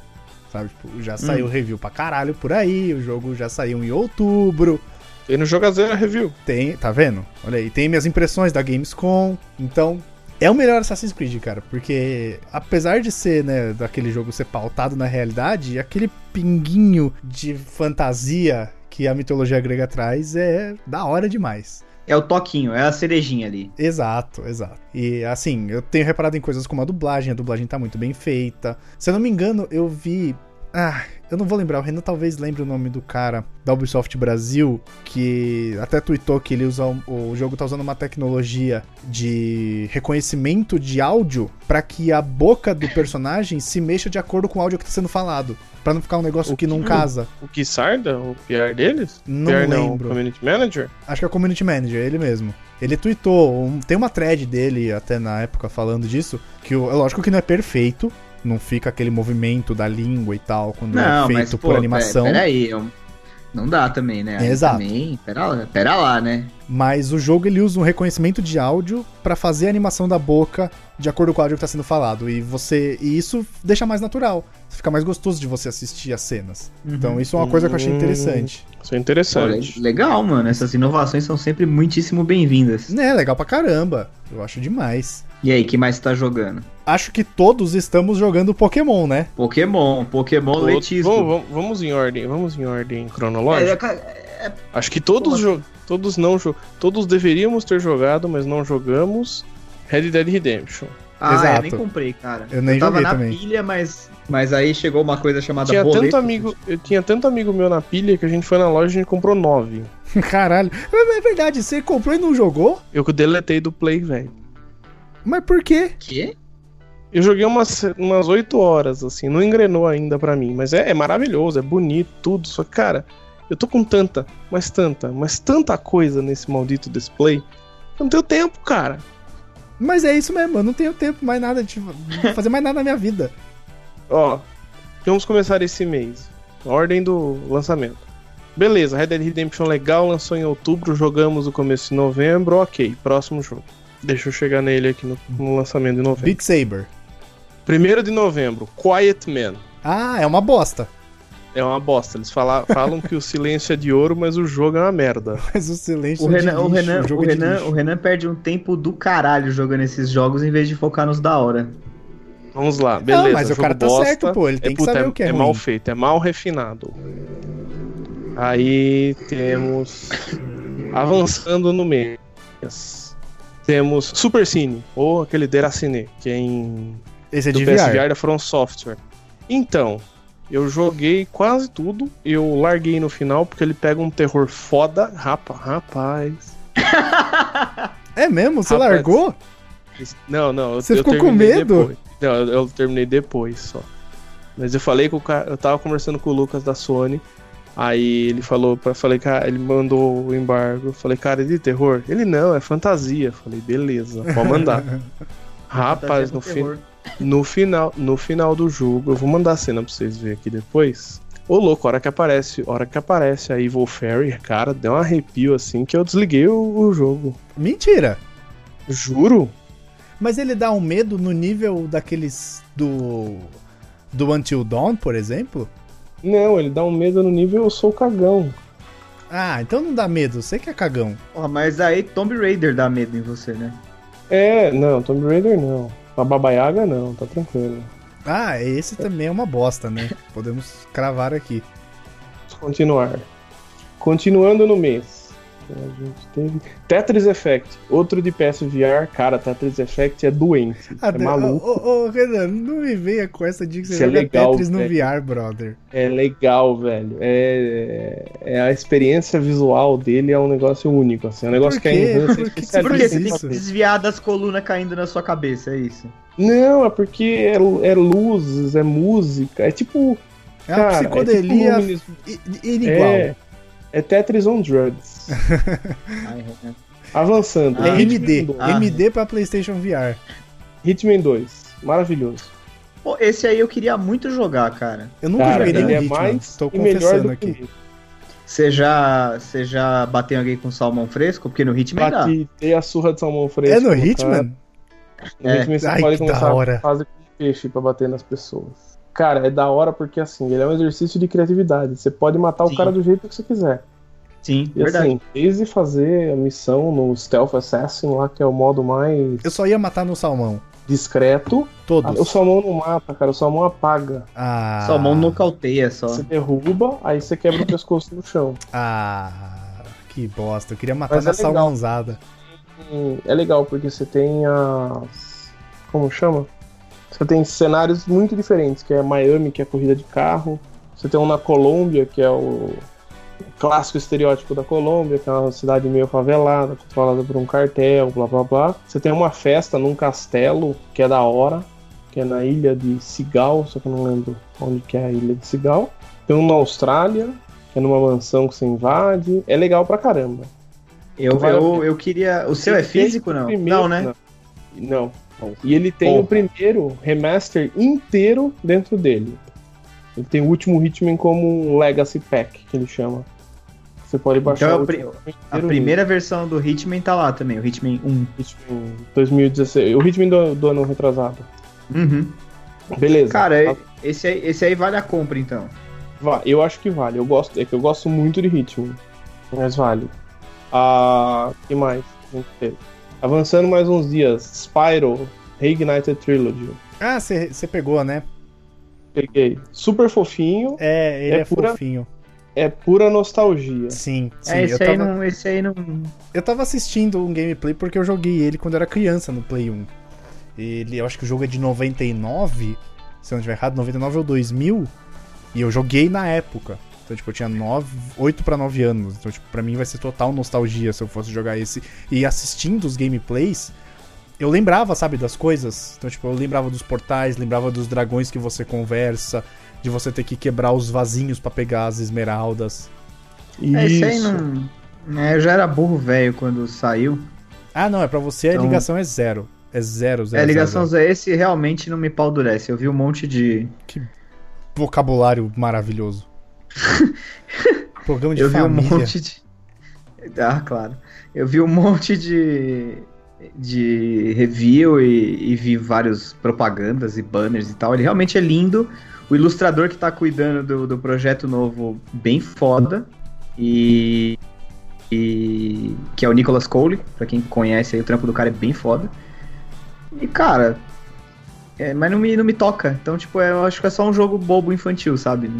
Sabe? Tipo, já saiu Hum. review pra caralho por aí. O jogo já saiu em outubro. E no Joga Zero Review. Tem. Tá vendo? Olha aí. Tem minhas impressões da Gamescom. Então. É o melhor Assassin's Creed, cara, porque apesar de ser, né, daquele jogo ser pautado na realidade, aquele pinguinho de fantasia que a mitologia grega traz é da hora demais. É o toquinho, é a cerejinha ali. Exato, exato. E assim, eu tenho reparado em coisas como a dublagem, a dublagem tá muito bem feita. Se eu não me engano, eu vi. Ah, eu não vou lembrar, o Renan talvez lembre o nome do cara da Ubisoft Brasil, que até tweetou que ele usa. um- O jogo tá usando uma tecnologia de reconhecimento de áudio pra que a boca do personagem se mexa de acordo com o áudio que tá sendo falado. Pra não ficar um negócio O que não quê? casa. O Kissarda, o PR deles? Não PR não, lembro. o Community Manager? Acho que é o community manager, ele mesmo. Ele tweetou, um- tem uma thread dele até na época falando disso, que o, é lógico que não é perfeito, não fica aquele movimento da língua e tal quando é Não, feito mas, pô, por animação, pe- Peraí, eu- não dá também, né? Aí Exato. Também, pera, lá- pera lá, né? mas o jogo ele usa um reconhecimento de áudio pra fazer a animação da boca de acordo com o áudio que tá sendo falado e você e isso deixa mais natural, fica mais gostoso de você assistir as cenas. Então isso é uma coisa que eu achei Hum. interessante. Isso é Pô, Uhum. le- interessante. legal, mano. Essas inovações são sempre muitíssimo bem-vindas. Né, legal pra caramba. Eu acho demais. E aí, que mais você tá jogando? Acho que todos estamos jogando Pokémon, né? Pokémon, Pokémon Outro- vamos, Letisco. vamos- vamos em ordem, vamos em ordem É, cronológica. é, cara, Acho que todos jo- todos não jo- todos deveríamos ter jogado, mas não jogamos Red Dead Redemption. Ah, Exato. eu nem comprei, cara. Eu nem tava joguei na também. pilha, mas, mas aí chegou uma coisa chamada tinha boleto. tanto amigo, eu tinha tanto amigo meu na pilha que a gente foi na loja e a gente comprou nove. Caralho. Mas é verdade, você comprou e não jogou? Eu que deletei do Play, velho. Mas por quê? Quê? Eu joguei umas, umas 8 horas, assim, não engrenou ainda pra mim, mas é, é maravilhoso, é bonito, tudo. Só que, cara, eu tô com tanta, mas tanta, mas tanta coisa nesse maldito display. Eu não tenho tempo, cara. Mas é isso mesmo, eu não tenho tempo mais nada de de fazer mais nada na minha vida. Ó, então vamos começar esse mês. A ordem do lançamento. Beleza, Red Dead Redemption legal, lançou em outubro, jogamos o começo de novembro, ok, próximo jogo. Deixa eu chegar nele aqui no, no lançamento de novembro. Beat Saber. Primeiro de novembro, Quiet Man. Ah, é uma bosta. É uma bosta, eles fala- falam que o silêncio é de ouro, mas o jogo é uma merda. Mas o silêncio O é de Renan, o, lixo, Renan, jogo o, é de Renan, lixo. o Renan perde um tempo do caralho jogando esses jogos em vez de focar nos da hora. Vamos lá, beleza. Não, mas o jogo cara tá bosta, certo, pô, ele tem que puta, saber o que é ruim. mal feito, é mal refinado. Aí temos. Avançando no mês. Temos Super Cine, ou aquele Deracine, que é em Esse é do de PSVR VR. da From Software. Então, eu joguei quase tudo, eu larguei no final porque ele pega um terror foda, rapa, rapaz. É mesmo? Você Rapaz, largou? Não, não, eu, Você eu ficou com terminei medo? depois. Não, eu, eu terminei depois só. Mas eu falei com o cara, eu tava conversando com o Lucas da Sony. Aí ele falou, pra, falei, cara, ele mandou o embargo. Eu falei, cara, é de terror? Ele não, é fantasia. Eu falei, beleza, pode mandar. Rapaz, Fantasia do no, fim, terror. No final, no final do jogo, eu vou mandar a cena pra vocês verem aqui depois. Ô louco, a hora que aparece, a hora que aparece a Evil Fairy, cara, deu um arrepio assim que eu desliguei o, o jogo. Mentira. Juro? Mas ele dá um medo no nível daqueles do. Do Until Dawn, por exemplo? Não, ele dá um medo no nível eu sou cagão. Ah, então não dá medo, você que é cagão. Porra, mas aí Tomb Raider dá medo em você, né? É, não, Tomb Raider não. A Baba Yaga não, tá tranquilo. Ah, esse também é uma bosta, né? Podemos cravar aqui. Vamos continuar. Continuando no mês. A gente teve Tetris Effect, outro de PSVR. Cara, Tetris Effect é doente. Ah, é maluco. Ô, ô, ô, Renan, não me venha com essa dica que você Isso é joga legal, Tetris no velho. VR, brother. É legal, velho. É, é a experiência visual dele é um negócio único, assim. É um negócio que a quê? Enhancer Por é que- Por Sabe quê? isso, Você tem que isso. desviar das colunas caindo na sua cabeça, é isso. Não, é porque é, é luzes, é música, é tipo, É uma cara, é tipo psicodelia Luminis- i- i- inigual. É, é Tetris on drugs. Ai, Renan. Avançando. Ah. É MD. Hitman Ah. MD pra PlayStation VR. 2. Hitman 2. Maravilhoso. Pô, esse aí eu queria muito jogar, cara. Eu nunca cara, joguei ele nenhum é Hitman, mais tô e melhor confessando do aqui. que o Você já, você já bateu em alguém com salmão fresco? Porque no Hitman dá. Bati, dei a surra de salmão fresco. É no cara. Hitman? No É. Hitman você Ai, pode que da começar hora. a fazer com peixe pra bater nas pessoas. Cara, é da hora porque assim, ele é um exercício de criatividade. Você pode matar Sim. o cara do jeito que você quiser. Sim, E verdade. assim, desde fazer a missão no Stealth Assassin lá, que é o modo mais Eu só ia matar no salmão. discreto, ah, o Todos. salmão não mata, cara, o salmão apaga. Ah. Salmão nocauteia só. Você derruba, aí você quebra o pescoço no chão. Ah. Que bosta. Eu queria matar Mas é na legal. salmãozada. E é legal porque você tem as. Como chama? Você tem cenários muito diferentes, que é Miami, que é corrida de carro. Você tem um na Colômbia, que é o clássico estereótipo da Colômbia, que é uma cidade meio favelada, controlada por um cartel, blá blá blá. Você tem uma festa num castelo, que é da hora, que é na ilha de Cigal, só que eu não lembro onde que é a ilha de Cigal. Tem um na Austrália, que é numa mansão que você invade. É legal pra caramba. Eu, eu, eu queria. O seu é físico, não? Primeiro- Não, né? Não. Não. E ele tem Porra. o primeiro remaster inteiro dentro dele. Ele tem o último Hitman como um Legacy Pack, que ele chama. Você pode baixar Então é o o pri- último Hitman A inteiro primeira versão do Hitman tá lá também, o Hitman 1. do Hitman 2016. O Hitman do, do ano retrasado. Uhum. Beleza. Ah, Cara, é- esse aí, esse aí vale a compra, então. Va- Eu acho que vale. Eu gosto, é que eu gosto muito de ritmo. Mas vale. Ah, que mais? que a gente teve? Avançando mais uns dias. Spyro Reignited Trilogy. Ah, você pegou, né? Peguei. Super fofinho. É, ele é, É pura- fofinho. É pura nostalgia. Sim, sim. é, esse, eu, aí tava, não, esse aí não. eu tava assistindo um gameplay porque eu joguei ele quando eu era criança no Play 1. Ele, eu acho que o jogo é de 99, se eu não estiver errado, 99 ou 2000. E eu joguei na época. Então, tipo, eu tinha 9, 8 pra 9 anos. Então, tipo, pra mim vai ser total nostalgia se eu fosse jogar esse. E assistindo os gameplays, eu lembrava, sabe, das coisas. Então, tipo, eu lembrava dos portais, lembrava dos dragões que você conversa, de você ter que quebrar os vasinhos pra pegar as esmeraldas. É, isso aí não. né, eu já era burro velho quando saiu. Ah, não, é pra você a Então- ligação é zero. É zero, zero. é, zero, ligação zero. zero. esse realmente não me paudurece. Eu vi um monte de. Vocabulário maravilhoso. Programa de eu família. vi um monte de. Ah, claro. Eu vi um monte de. de review e, e vi vários propagandas e banners e tal. Ele realmente é lindo. O ilustrador que tá cuidando do, do projeto novo, bem foda. E. e- que é o Nicholas Cole. Pra quem conhece aí, o trampo do cara é bem foda. E, cara. é, mas não me, não me toca. Então, tipo, eu acho que é só um jogo bobo infantil, sabe?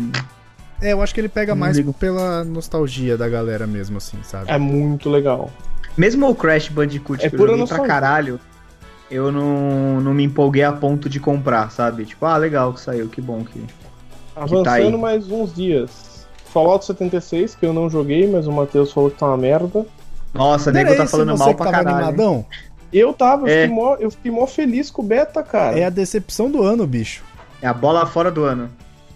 É, eu acho que ele pega Não mais ligo. pela nostalgia da galera mesmo, assim, sabe? É muito legal. Mesmo o Crash Bandicoot É que eu pura joguei nostalgia. pra caralho, eu não, não me empolguei a ponto de comprar, sabe? Tipo, ah, legal que saiu, que bom que. tá Avançando aí. mais uns dias. Fallout 76, que eu não joguei, mas o Matheus falou que tá uma merda. Nossa, Não nego era tá esse falando você mal que pra tava caralho. hein? animadão? Eu tava, eu, É. fiquei mó, eu fiquei mó feliz com o beta, cara. É a decepção do ano, bicho. É a bola fora do ano.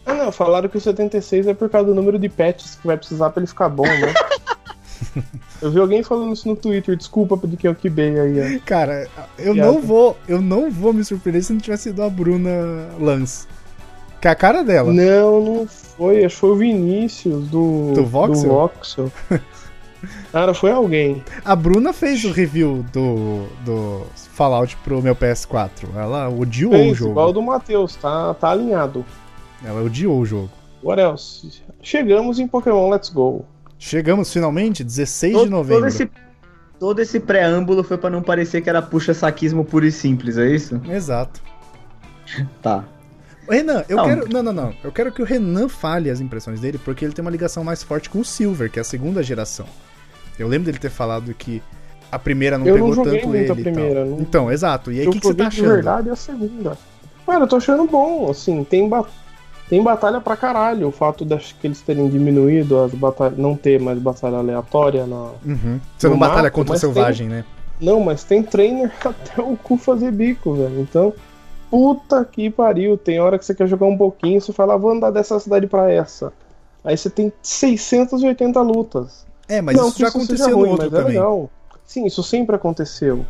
Ah, não, falaram que o 76 é por causa do número de patches que vai precisar pra ele ficar bom, né? eu vi alguém falando isso no Twitter, desculpa de quem eu quebei aí, ó. Cara, eu Piada. não vou, eu não vou me surpreender se não tivesse sido a Bruna Lance. Que é a cara dela. Não, não foi, acho que foi o Vinícius do, Do Voxel? Voxel. Cara, foi alguém. A Bruna fez o review do, do Fallout pro meu PS4. Ela odiou o Fez, jogo. igual do Matheus, tá, tá alinhado. Ela odiou o jogo. What else? Chegamos em Pokémon Let's Go. Chegamos finalmente, 16 de novembro. Todo esse, todo esse preâmbulo foi pra não parecer que era puxa-saquismo puro e simples, é isso? Exato. Tá. Renan, eu Não. quero. Não, não, não. Eu quero que o Renan fale as impressões dele, porque ele tem uma ligação mais forte com o Silver, que é a segunda geração. Eu lembro dele ter falado que a primeira não Eu não pegou joguei tanto muito ele. a e primeira, tal. não- Então, exato. E aí, Eu o que, que você tá aproveito achando? De verdade é a segunda. Mano, eu tô achando bom, assim, tem, ba- tem batalha pra caralho. O fato das que eles terem diminuído as batalhas. Não ter mais batalha aleatória na. Uhum. Você No não batalha mato, contra o mas selvagem, né? Não, mas tem trainer até o cu fazer bico, velho. Então, puta que pariu. Tem hora que você quer jogar um pouquinho, você fala, "Ah, vou andar dessa cidade pra essa. Aí você tem 680 lutas. É, mas isso que já seja aconteceu no outro mas é também. legal. Sim, isso sempre aconteceu.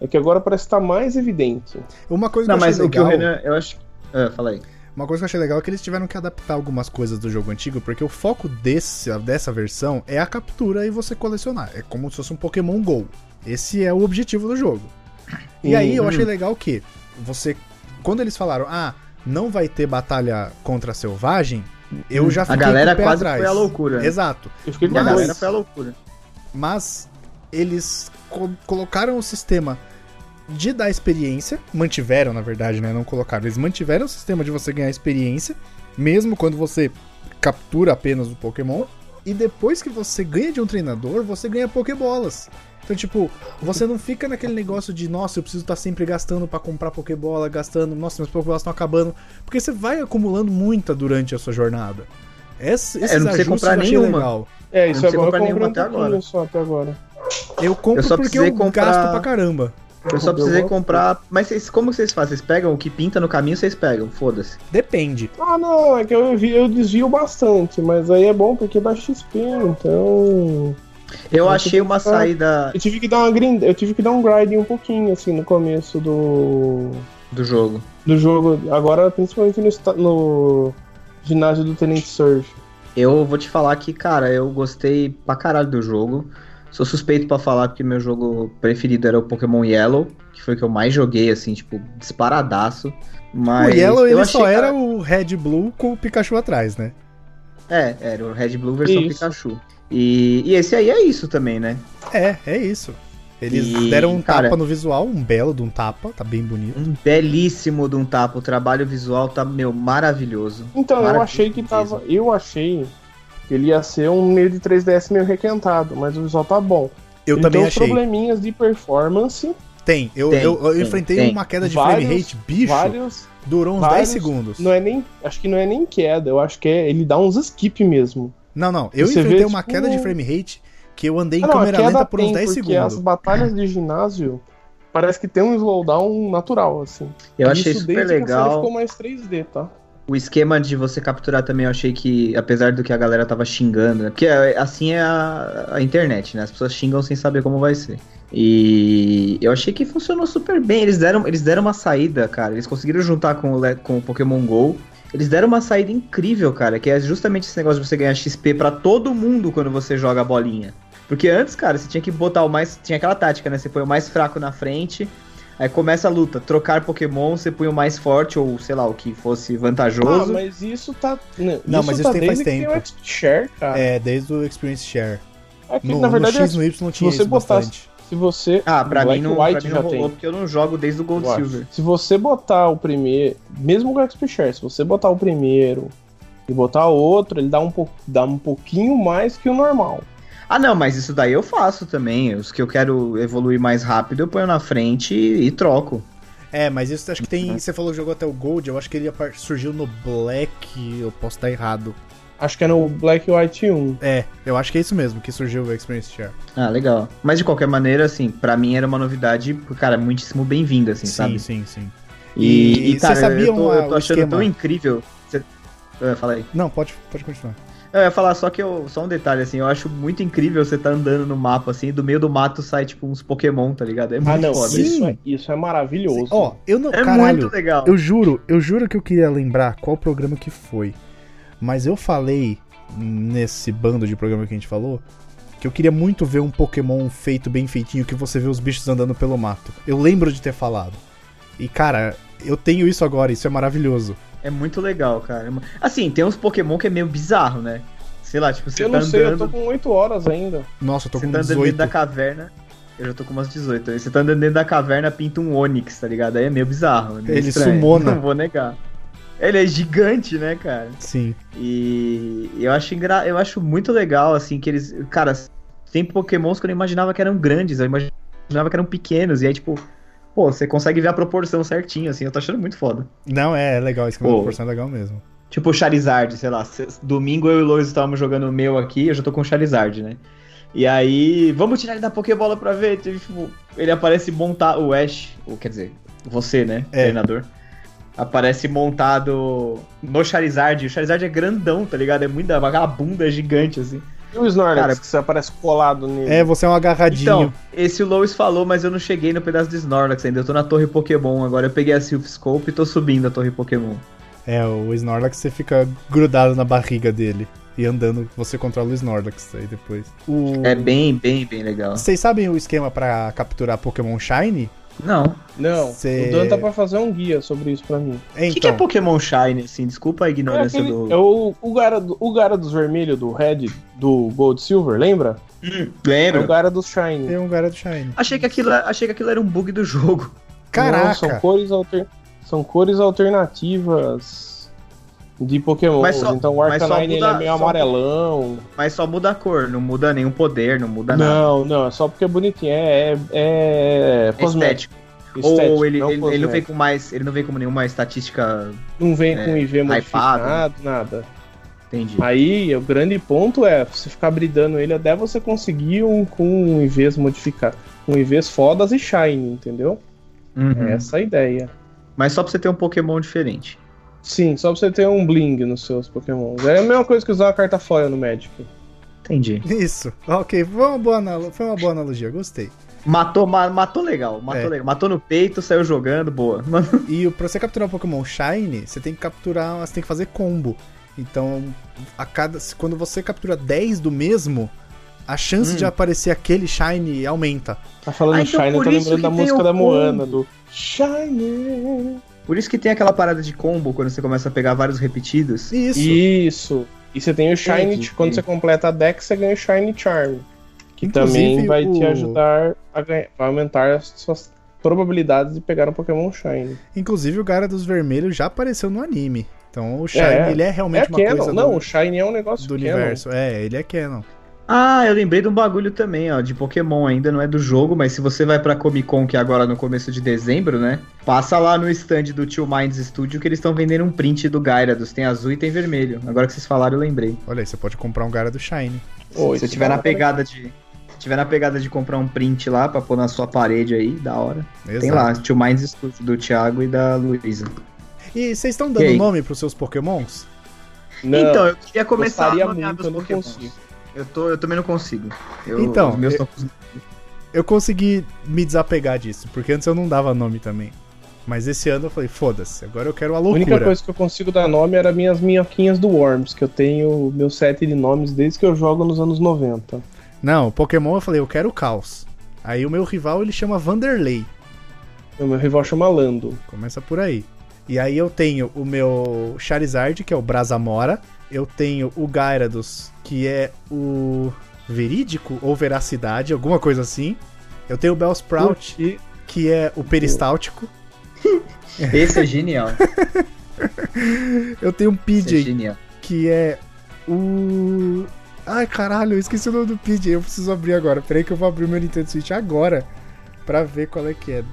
É que agora parece estar mais evidente. Uma coisa Não, que eu mas achei o que o legal. Renan, eu acho. Ah, fala aí. Uma coisa que eu achei legal é que eles tiveram que adaptar algumas coisas do jogo antigo, porque o foco desse, dessa versão é a captura e você colecionar. É como se fosse um Pokémon GO. Esse é o objetivo do jogo. E aí eu Uhum. achei legal que você. Quando eles falaram, ah, não vai ter batalha contra a selvagem, eu já Uhum. A fiquei galera com o pé quase atrás. foi à loucura. né? Exato. Eu fiquei A com Mas- galera dois. foi à loucura. Mas eles co- colocaram o sistema de dar experiência, mantiveram na verdade, né? Não colocaram, eles mantiveram o sistema de você ganhar experiência, mesmo quando você captura apenas o Pokémon. E depois que você ganha de um treinador, você ganha Pokébolas. Então, tipo, você não fica naquele negócio de, nossa, eu preciso estar sempre gastando pra comprar Pokébola, gastando, nossa, minhas Pokébolas estão acabando. Porque você vai acumulando muita durante a sua jornada. Esse, esses É, eu não precisei ajustes comprar eu achei nenhuma. legal. É, isso Eu não sei agora comprar eu comprei nenhuma um até pouquinho agora. só até agora. Eu compro Eu só porque eu precisei comprar- gasto pra caramba. Eu só Comprei precisei um monte. comprar. Mas vocês, como que vocês fazem? Vocês pegam o que pinta no caminho, vocês pegam, foda-se. Depende. Ah, não, é que eu, vi- eu desvio bastante, mas aí é bom porque dá XP, então. Eu Eu achei tive uma que- saída Eu tive que dar uma grind, eu tive que dar um grind um pouquinho assim no começo do do jogo. do jogo, agora principalmente no, esta- no ginásio do Tenente Surge. Eu vou te falar que, cara, eu gostei pra caralho do jogo. Sou suspeito pra falar porque meu jogo preferido era o Pokémon Yellow, que foi o que eu mais joguei, assim, tipo, disparadaço. Mas o Yellow Ah, é eu ele achei, só cara- era um- o Red Blue com o Pikachu atrás, né? É, era o Red Blue versão Isso. Pikachu. E, e esse aí é isso também, né? É, é isso. Eles E, deram um cara- tapa no visual, um belo de um tapa, tá bem bonito. Um belíssimo de um tapa. O trabalho visual tá, meu, maravilhoso. Então, eu Maravilha, achei que beleza. tava, eu achei que ele ia ser um meio de 3DS meio requentado, mas o visual tá bom. Eu ele também tem uns achei. problemas de performance, Tem, eu, Tem, eu, eu tem, enfrentei tem. uma queda de frame Vários- rate, bicho, vários durou uns vários- 10 segundos. é, Não é nem, acho que não é nem queda, eu acho que é, ele dá uns skip mesmo. Não, não. Eu Você vê, enfrentei uma tipo, queda de frame rate que eu andei em Ah, não, a câmera queda lenta por uns tem, 10 porque segundos. As batalhas de ginásio parece que tem um slowdown natural, assim. Eu achei super desde que a série legal. ficou mais 3D, tá? O esquema de você capturar também, eu achei que, apesar do que a galera tava xingando, né? Porque é, assim é a, a internet, né? As pessoas xingam sem saber como vai ser. E eu achei que funcionou super bem. Eles deram, eles deram uma saída, cara. Eles conseguiram juntar com o, Le- com o Pokémon GO. Eles deram uma saída incrível, cara, que é justamente esse negócio de você ganhar XP pra todo mundo quando você joga a bolinha. Porque antes, cara, você tinha que botar o mais. Tinha aquela tática, né? Você põe o mais fraco na frente, aí começa a luta. Trocar Pokémon, você põe o mais forte, ou sei lá, o que fosse Ah, vantajoso. mas isso tá. Não, mas isso tá tem faz desde que tempo. Tem o X Share, cara. É, desde o Experience Share. É que, No, na verdade, no X, no Y tinha você isso botasse- bastante. se você. Ah, pra Black mim não, White pra mim já não rolou, tem. porque eu não jogo desde o Gold Eu acho. Silver. Se você botar o primeiro. Mesmo com o XP Share, se você botar o primeiro e botar outro, ele dá um, pou- dá um pouquinho mais que o normal. Ah, não, mas isso daí eu faço também. Os que eu quero evoluir mais rápido, eu ponho na frente e, e troco. É, mas isso acho que tem. Você falou que jogou até o Gold, eu acho que ele apar- surgiu no Black, eu posso estar errado. Acho que é no Black White 1. É, eu acho que é isso mesmo que surgiu o Experience Share. Ah, legal. Mas de qualquer maneira, assim, pra mim era uma novidade, cara, muitíssimo bem-vinda, assim, Sim, sabe? sim, sim. E, E e cara, vocês sabiam eu tô, eu a- tô o achando um esquema? tão incrível. Você... Eu ia falar aí. Não, pode, pode continuar. Eu ia falar só que eu. Só um detalhe, assim, eu acho muito incrível você tá andando no mapa, assim, e do meio do mato sai, tipo, uns Pokémon, tá ligado? É muito Ah, não, foda. sim. isso é, isso é maravilhoso. Ó, eu não. É caralho, muito legal. eu juro, eu juro que eu queria lembrar qual programa que foi. Mas eu falei nesse bando de programa que a gente falou que eu queria muito ver um Pokémon feito bem feitinho que você vê os bichos andando pelo mato. Eu lembro de ter falado. E cara, eu tenho isso agora, isso é maravilhoso. É muito legal, cara. Assim, tem uns Pokémon que é meio bizarro, né? Sei lá, tipo, você eu tá não sei, eu andando. tô com 8 horas ainda. Nossa, eu tô Você com tá andando dentro 18. da caverna. Eu já tô com umas 18. Aí você tá andando dentro da caverna, pinta um Onix, tá ligado? Aí é meio bizarro. é meio Ele né? estranho, sumona. Não vou negar. Ele é gigante, né, cara? Sim. E eu acho, engra... eu acho muito legal, assim, que eles. Cara, tem pokémons que eu não imaginava que eram grandes, eu imaginava que eram pequenos. E aí, tipo, pô, você consegue ver a proporção certinho, assim, eu tô achando muito foda. Não, é legal, esse Pô. canal é legal mesmo. Tipo o Charizard, sei lá. se- Domingo eu e o Lois estávamos jogando o meu aqui, eu já tô com o Charizard, né? E aí, vamos tirar ele da Pokébola pra ver. Tipo, ele aparece montado. O Ash, ou quer dizer, você, né? É. Treinador. Aparece montado no Charizard. O Charizard é grandão, tá ligado? É muito. Aquela bunda gigante, assim. E o Snorlax, Cara, que você aparece colado nele. É, você é um agarradinho. Então, esse Lois falou, mas eu não cheguei no pedaço do Snorlax ainda. Eu tô na Torre Pokémon agora. Eu peguei a Silph Scope e tô subindo a Torre Pokémon. É, o Snorlax você fica grudado na barriga dele. E andando, você controla o Snorlax aí depois. O- É bem, bem, bem legal. Vocês sabem o esquema pra capturar Pokémon Shine? Não. Não, Cê- o Dan tá pra fazer um guia sobre isso pra mim. É, O que, que é então. Pokémon Shine, assim? Desculpa a É, ignorância aquele, do. é o, o, cara, do- o cara dos vermelhos, do Red, do Gold Silver, lembra? É o Lembro. cara dos Shine. Tem um garoto Shine. Achei que, aquilo, achei que aquilo era um bug do jogo. Caraca! Não, um são, cores alter... são cores alternativas de Pokémon. Mas só- então o mas só Arcanine ele muda- é meio só muda- amarelão. Mas só muda a cor, não muda nenhum poder, não muda nada. Não, não, é só porque é bonitinho. É, é, é É estético. cosmético. Ou estético, ele, ele, ele não cosmético. vem com mais. Ele não vem com nenhuma estatística. Não vem com IV É, hypado, modificado, nada. Entendi. Aí o grande ponto é você ficar bridando ele até você conseguir um com IVs modificados. Com IVs fodas e shiny, entendeu? Uhum. É essa a ideia. Mas só pra você ter um Pokémon diferente. Sim, só pra você ter um bling nos seus pokémons. É a mesma coisa que usar uma carta foil no Magic. Entendi. Isso. Ok, foi uma boa, analo- foi uma boa analogia, gostei. Matou, ma- matou legal, matou É. legal. Matou no peito, saiu jogando, boa. E o- pra você capturar um Pokémon Shine, você tem que capturar. Você tem que fazer combo. Então, a cada. se- Quando você captura 10 do mesmo, a chance Hum. de aparecer aquele Shine aumenta. Tá falando Ah, ah, então shiny, eu por tô isso lembrando que da tem música o da Moana, do Shiny. Por isso que tem aquela parada de combo quando você começa a pegar vários repetidos. Isso. Isso. E você tem o shiny, Entendi, quando entendi. você completa a deck, você ganha o shiny charm. Que Inclusive, também vai te o- ajudar a ganhar, vai aumentar as suas probabilidades de pegar um pokémon shiny. Inclusive, o Gyarados Vermelho já apareceu no anime. Então, o Shine, É. ele é É realmente uma canon, coisa não, o do, Shine é um negócio do canon. universo. É, ele é canon. Ah, eu lembrei de um bagulho também, ó, de Pokémon. Ainda não é do jogo, mas se você vai pra Comic Con, que é agora no começo de dezembro, né? Passa lá no stand do Two Minds Studio que eles estão vendendo um print do Gyarados. Tem azul e tem vermelho. Agora que vocês falaram, eu lembrei. Olha aí, você pode comprar um Gara do Shine. Se, se eu tiver na pegada de. Se tiver na pegada de comprar um print lá pra pôr na sua parede aí, da hora. Tem lá, Two Minds Studio do Thiago e da Luísa. E vocês estão E dando aí? nome pros seus Pokémons? Não, então, eu queria começar gostaria a nomear muito, meus eu não Pokémons. é, consigo. Eu, tô, eu também não consigo. Eu- Então, os meus eu- tão- Eu consegui me desapegar disso, porque antes eu não dava nome também. Mas esse ano eu falei, foda-se, agora eu quero a a loucura. única coisa que eu consigo dar nome era minhas minhoquinhas do Worms, que eu tenho meu set de nomes desde que eu jogo nos anos 90. Não, Pokémon eu falei, eu quero o caos. Aí o meu rival ele chama Vanderlei. O meu rival chama Lando. Começa por aí. E aí eu tenho o meu Charizard, que é o Brasamora. Eu tenho o Gyarados, que é o Verídico ou Veracidade, alguma coisa assim. Eu tenho o Bellsprout, E que é o Peristáltico. Esse é genial. Eu tenho um Esse é Pidgey, genial. que é o. Ai caralho, eu esqueci o nome do Pidgey, eu preciso abrir agora. Peraí que eu vou abrir o meu Nintendo Switch agora pra ver qual é que é.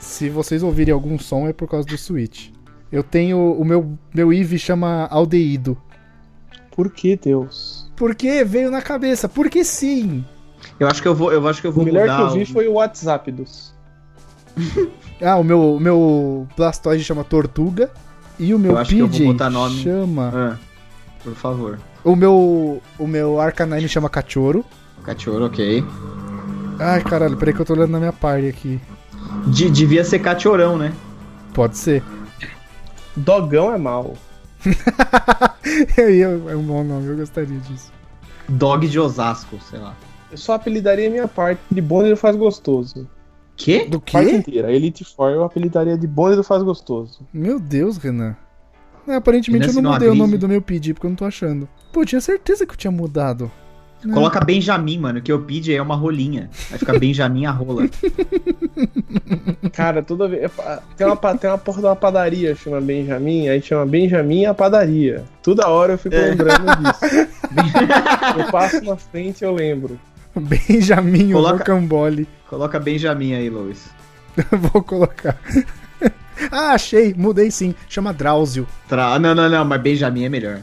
Se vocês ouvirem algum som é por causa do Switch. Eu tenho. O meu, meu Eevee chama Aldeído. por que, Deus? Porque veio na cabeça, porque sim. Eu acho que eu vou, eu acho que eu O vou melhor mudar. que eu vi o- foi o WhatsApp dos. Ah, o meu, o meu Blastoise chama Tortuga. E o meu Eu acho que eu vou Pidgey botar nome. chama. Ah, por favor. O meu. O meu Arcanine chama Cachorro. Cachorro, ok. Ai, caralho, peraí que eu tô olhando na minha party aqui. De- devia ser cachorão, né? Pode ser. Dogão é mal. Aí é um bom nome, eu gostaria disso. Dog de Osasco, sei lá. Eu só apelidaria a minha parte de bonde do faz gostoso. Quê? Do Parte inteira. Elite Four eu apelidaria de bonde do faz gostoso. Meu Deus, Renan. É, aparentemente Renan, eu se não não mudei o agride. nome do meu PD, porque eu não tô achando. Pô, eu tinha certeza que eu tinha mudado. Não. Coloca Benjamin, mano, que eu pedi é uma rolinha. Vai ficar Benjamin a rola. Cara, toda vez. é pa- Tem uma, pa- tem uma porra de uma padaria chama Benjamin, aí chama Benjamin a padaria. Toda hora eu fico É. lembrando disso. eu passo na frente e eu lembro. Benjamin o Coloca- Rocambole. Coloca Benjamin aí, Lois. Vou colocar. ah, achei. Mudei sim. Chama Drauzio. Tra... Não, não, não, mas Benjamin é melhor.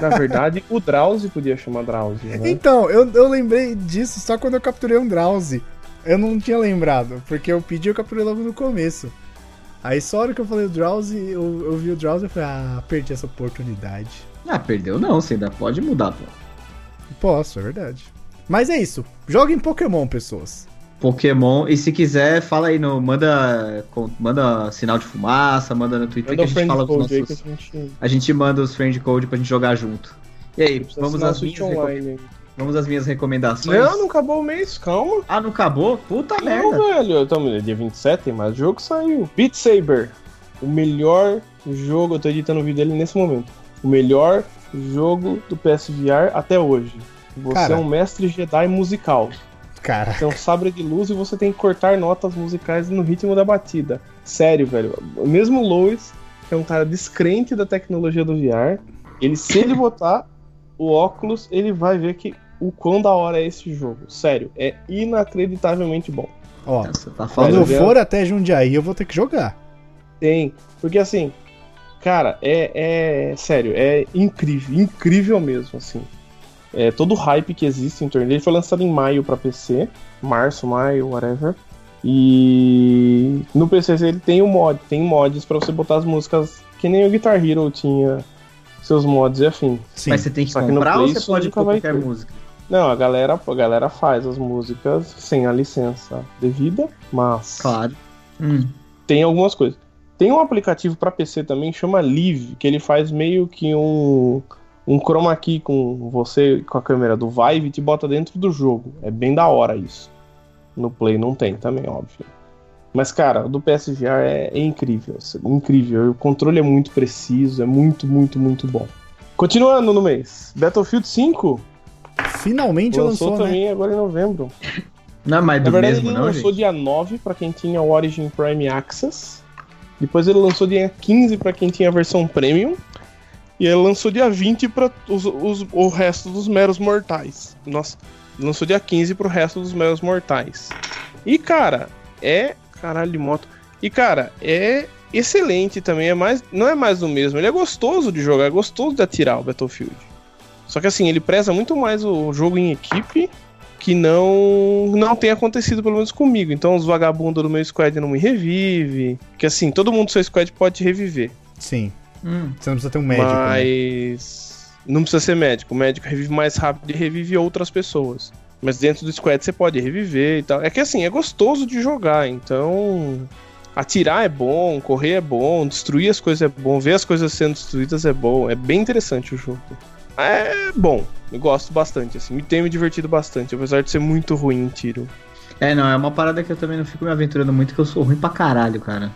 Na verdade, o Drauzio podia chamar Drauzio, Uhum. né? Então, eu, eu lembrei disso só quando eu capturei um Drauzio. Eu não tinha lembrado, porque eu pedi eu capturei logo no começo. Aí só a hora que eu falei o Drauzio, eu, eu vi o Drauzio e falei, ah, perdi essa oportunidade. Ah, perdeu não, você ainda pode mudar, pô. Posso, é verdade. Mas é isso. Joguem Pokémon, pessoas. Pokémon, e se quiser, fala aí no. Manda, con- manda sinal de fumaça, manda no Twitter Manda o que a gente friend fala os code aí que a nossos. gente A gente manda os friend code pra gente jogar junto. E aí, precisa vamos assinar às, Switch minhas reco- online. vamos às minhas recomendações. Não, não acabou o mês, calma. Ah, não acabou? Puta Não, merda. velho. Então, é dia 27, tem mais jogo que saiu. Beat Saber. O melhor jogo, eu tô editando o vídeo dele nesse momento. O melhor jogo do PSVR até hoje. Você Cara. é um mestre Jedi musical. Cara, Você é um sabre de luz e você tem que cortar notas musicais no ritmo da batida. Sério, velho. Mesmo o Lois, que é um cara descrente da tecnologia do VR, ele, se ele botar o óculos, ele vai ver que o quão da hora é esse jogo. Sério, é inacreditavelmente bom. ó, Você tá quando falando. eu Valeu. for até Jundiaí, eu vou ter que jogar. Tem. Porque assim, cara, é, é- sério, é incrível, incrível mesmo, assim. É, todo o hype que existe em torno dele foi lançado em maio pra PC, março, maio, whatever. E no PC ele tem o mod, tem mods pra você botar as músicas que nem o Guitar Hero tinha seus mods e afim. Sim. Mas você tem que Só que no comprar ou Play você isso pode nunca pôr vai qualquer ter. música? Não, a galera, a galera faz as músicas sem a licença devida, mas Claro. Hum. tem algumas coisas. Tem um aplicativo pra PC também, chama Live, que ele faz meio que um, um chroma key com você, com a câmera do Vive, e te bota dentro do jogo. É bem da hora isso. No Play não tem também, óbvio. Mas, cara, o do PSVR é, é incrível. é Incrível. O controle é muito preciso, é muito, muito, muito bom. Continuando no mês, Battlefield 5 Finalmente lançou, lançou, né? também agora em novembro. Não é mais Na do verdade, mesmo, ele não, lançou gente? dia 9 pra quem tinha o Origin Prime Access. Depois ele lançou dia 15 pra quem tinha a versão Premium. E ele lançou dia 20 para os, os- o resto dos meros mortais. Nossa, lançou dia 15 pro resto dos meros mortais. E, cara, é. Caralho de moto. E, cara, é excelente também. É mais, não é mais o mesmo. Ele é gostoso de jogar, é gostoso de atirar o Battlefield. Só que, assim, ele preza muito mais o jogo em equipe que não não tem acontecido, pelo menos comigo. Então, os vagabundos do meu squad não me revive. Que, assim, todo mundo do seu squad pode te reviver. Sim. Hum. Você não precisa ter um médico. né? Mas não precisa ser médico. O médico revive mais rápido e revive outras pessoas. Mas dentro do squad você pode reviver e tal. É que assim, é gostoso de jogar, então. Atirar é bom, correr é bom, destruir as coisas é bom, ver as coisas sendo destruídas é bom. É bem interessante o jogo. É bom, eu gosto bastante, assim. Me tenho me divertido bastante, apesar de ser muito ruim em tiro. É, não, é uma parada que eu também não fico me aventurando muito, que eu sou ruim pra caralho, cara.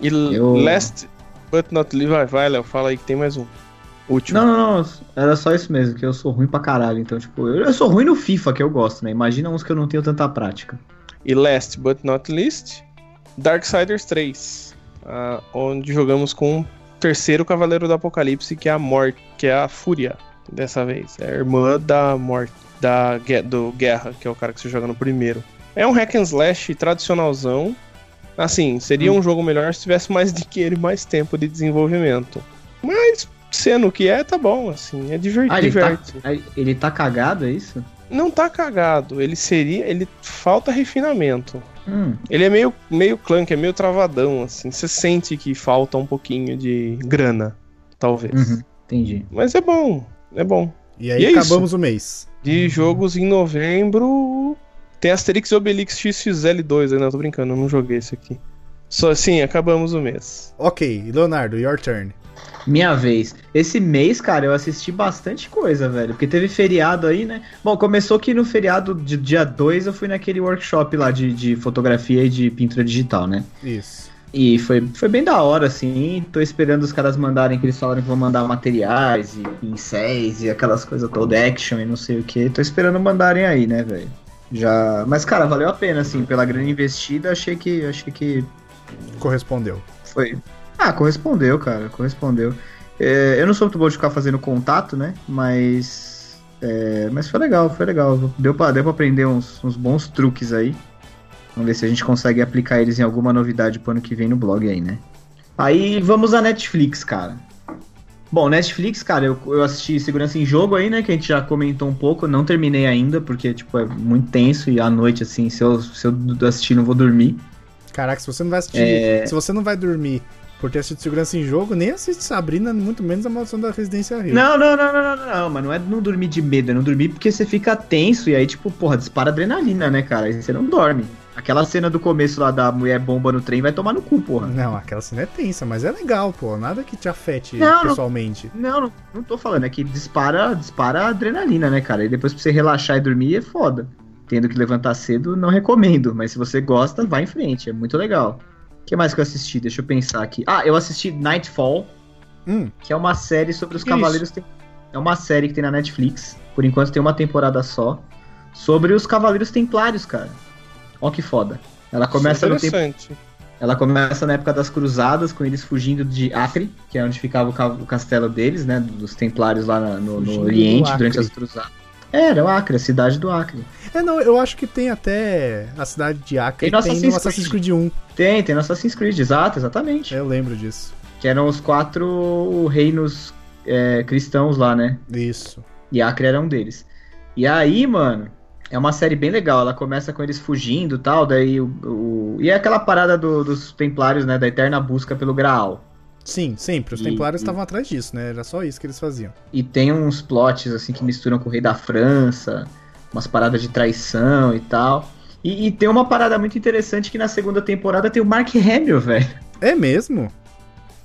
E Eu- last but not least, vai, vai, Léo, fala aí que tem mais um. Último. Não, não, não, era só isso mesmo, que eu sou ruim pra caralho. Então, tipo, eu, eu sou ruim no FIFA, que eu gosto, né? Imagina uns que eu não tenho tanta prática. E last but not least, Darksiders 3, ah, onde jogamos com o terceiro Cavaleiro do Apocalipse, que é a Morte, que é a Fúria, dessa vez. É a irmã da Morte, da, Gue- do Guerra, que é o cara que você joga no primeiro. É um hack and slash tradicionalzão. Assim, seria Hum. um jogo melhor se tivesse mais dinheiro e mais tempo de desenvolvimento. Mas, sendo o que é, tá bom, assim, é divertido. Ah, ele tá, diverte. aí- ele tá cagado, é isso? Não tá cagado, ele seria, ele falta refinamento. Hum, Ele é meio, meio clunk, é meio travadão, assim. Você sente que falta um pouquinho de grana, talvez. uhum, entendi. Mas é bom, é bom. E aí E é isso. acabamos o mês. Uhum. De jogos em novembro, tem Asterix e Obelix XXL2, aí não, tô brincando, eu não joguei esse aqui. Só assim, acabamos o mês. Ok, Leonardo, your turn. Minha vez. Esse mês, cara, eu assisti bastante coisa, velho. Porque teve feriado aí, né? Bom, começou que no feriado de dia 2 eu fui naquele workshop lá de, de fotografia e de pintura digital, né? Isso. E foi, foi bem da hora, assim. Tô esperando os caras mandarem, que eles falaram que vão mandar materiais e pincéis e aquelas coisas toda action e não sei o que. Tô esperando mandarem aí, né, velho? Já. Mas, cara, valeu a pena, assim, pela grande investida, achei que. Achei que Correspondeu. foi. Ah, correspondeu, cara, correspondeu. É, eu não sou muito bom de ficar fazendo contato, né? Mas. é, mas foi legal, foi legal. Deu pra, deu pra aprender uns, uns bons truques aí. Vamos ver se a gente consegue aplicar eles em alguma novidade pro ano que vem no blog aí, né? Aí vamos à Netflix, cara. Bom, Netflix, cara, eu, eu assisti Segurança em Jogo aí, né? Que a gente já comentou um pouco. Não terminei ainda, porque, tipo, é muito tenso e à noite, assim, se eu, se eu assistir, não vou dormir. Caraca, se você não vai assistir. Se você não vai dormir por ter assistido segurança em jogo, nem assiste Sabrina, muito menos a maldição da Residência Rio. Não, não, não, não, não, não, mas não é não dormir de medo, é não dormir porque você fica tenso e aí, tipo, porra, dispara adrenalina, né, cara? Aí você não dorme. Aquela cena do começo lá da mulher bomba no trem vai tomar no cu, porra. Não, aquela cena é tensa, mas é legal, pô. Nada que te afete Não, não. pessoalmente. Não, não, não tô falando, é que dispara, dispara adrenalina, né, cara? E depois pra você relaxar e dormir é foda. Tendo que levantar cedo, não recomendo, mas se você gosta, vai em frente, é muito legal. O que mais que eu assisti? Deixa eu pensar aqui. Ah, eu assisti Nightfall, Hum, que é uma série sobre os Que Cavaleiros. Tem... É uma série que tem na Netflix. Por enquanto tem uma temporada só. Sobre os Cavaleiros Templários, cara. Ó que foda. Ela começa, no tempo, é interessante. ela começa na época das Cruzadas, com eles fugindo de Acre, que é onde ficava o, ca- o castelo deles, né? Dos Templários lá na- no, no Fugindo do Oriente, Acre. durante as Cruzadas. É, era o Acre, a cidade do Acre. É, não, eu acho que tem até a cidade de Acre, Tem no tem no Assassin's Assassin's Creed 1. Tem, tem no Assassin's Creed, exato, exatamente. Eu lembro disso. Que eram os quatro reinos é, cristãos lá, né? Isso. E Acre era um deles. E aí, mano, é uma série bem legal. Ela começa com eles fugindo e tal, daí o, o- E é aquela parada do- dos Templários, né? Da eterna busca pelo Graal. Sim, sempre. Os E- Templários e- estavam atrás disso, né? Era só isso que eles faziam. E tem uns plots, assim, que misturam com o Rei da França, umas paradas de traição e tal. E, e tem uma parada muito interessante que na segunda temporada tem o Mark Hamill, velho. É mesmo?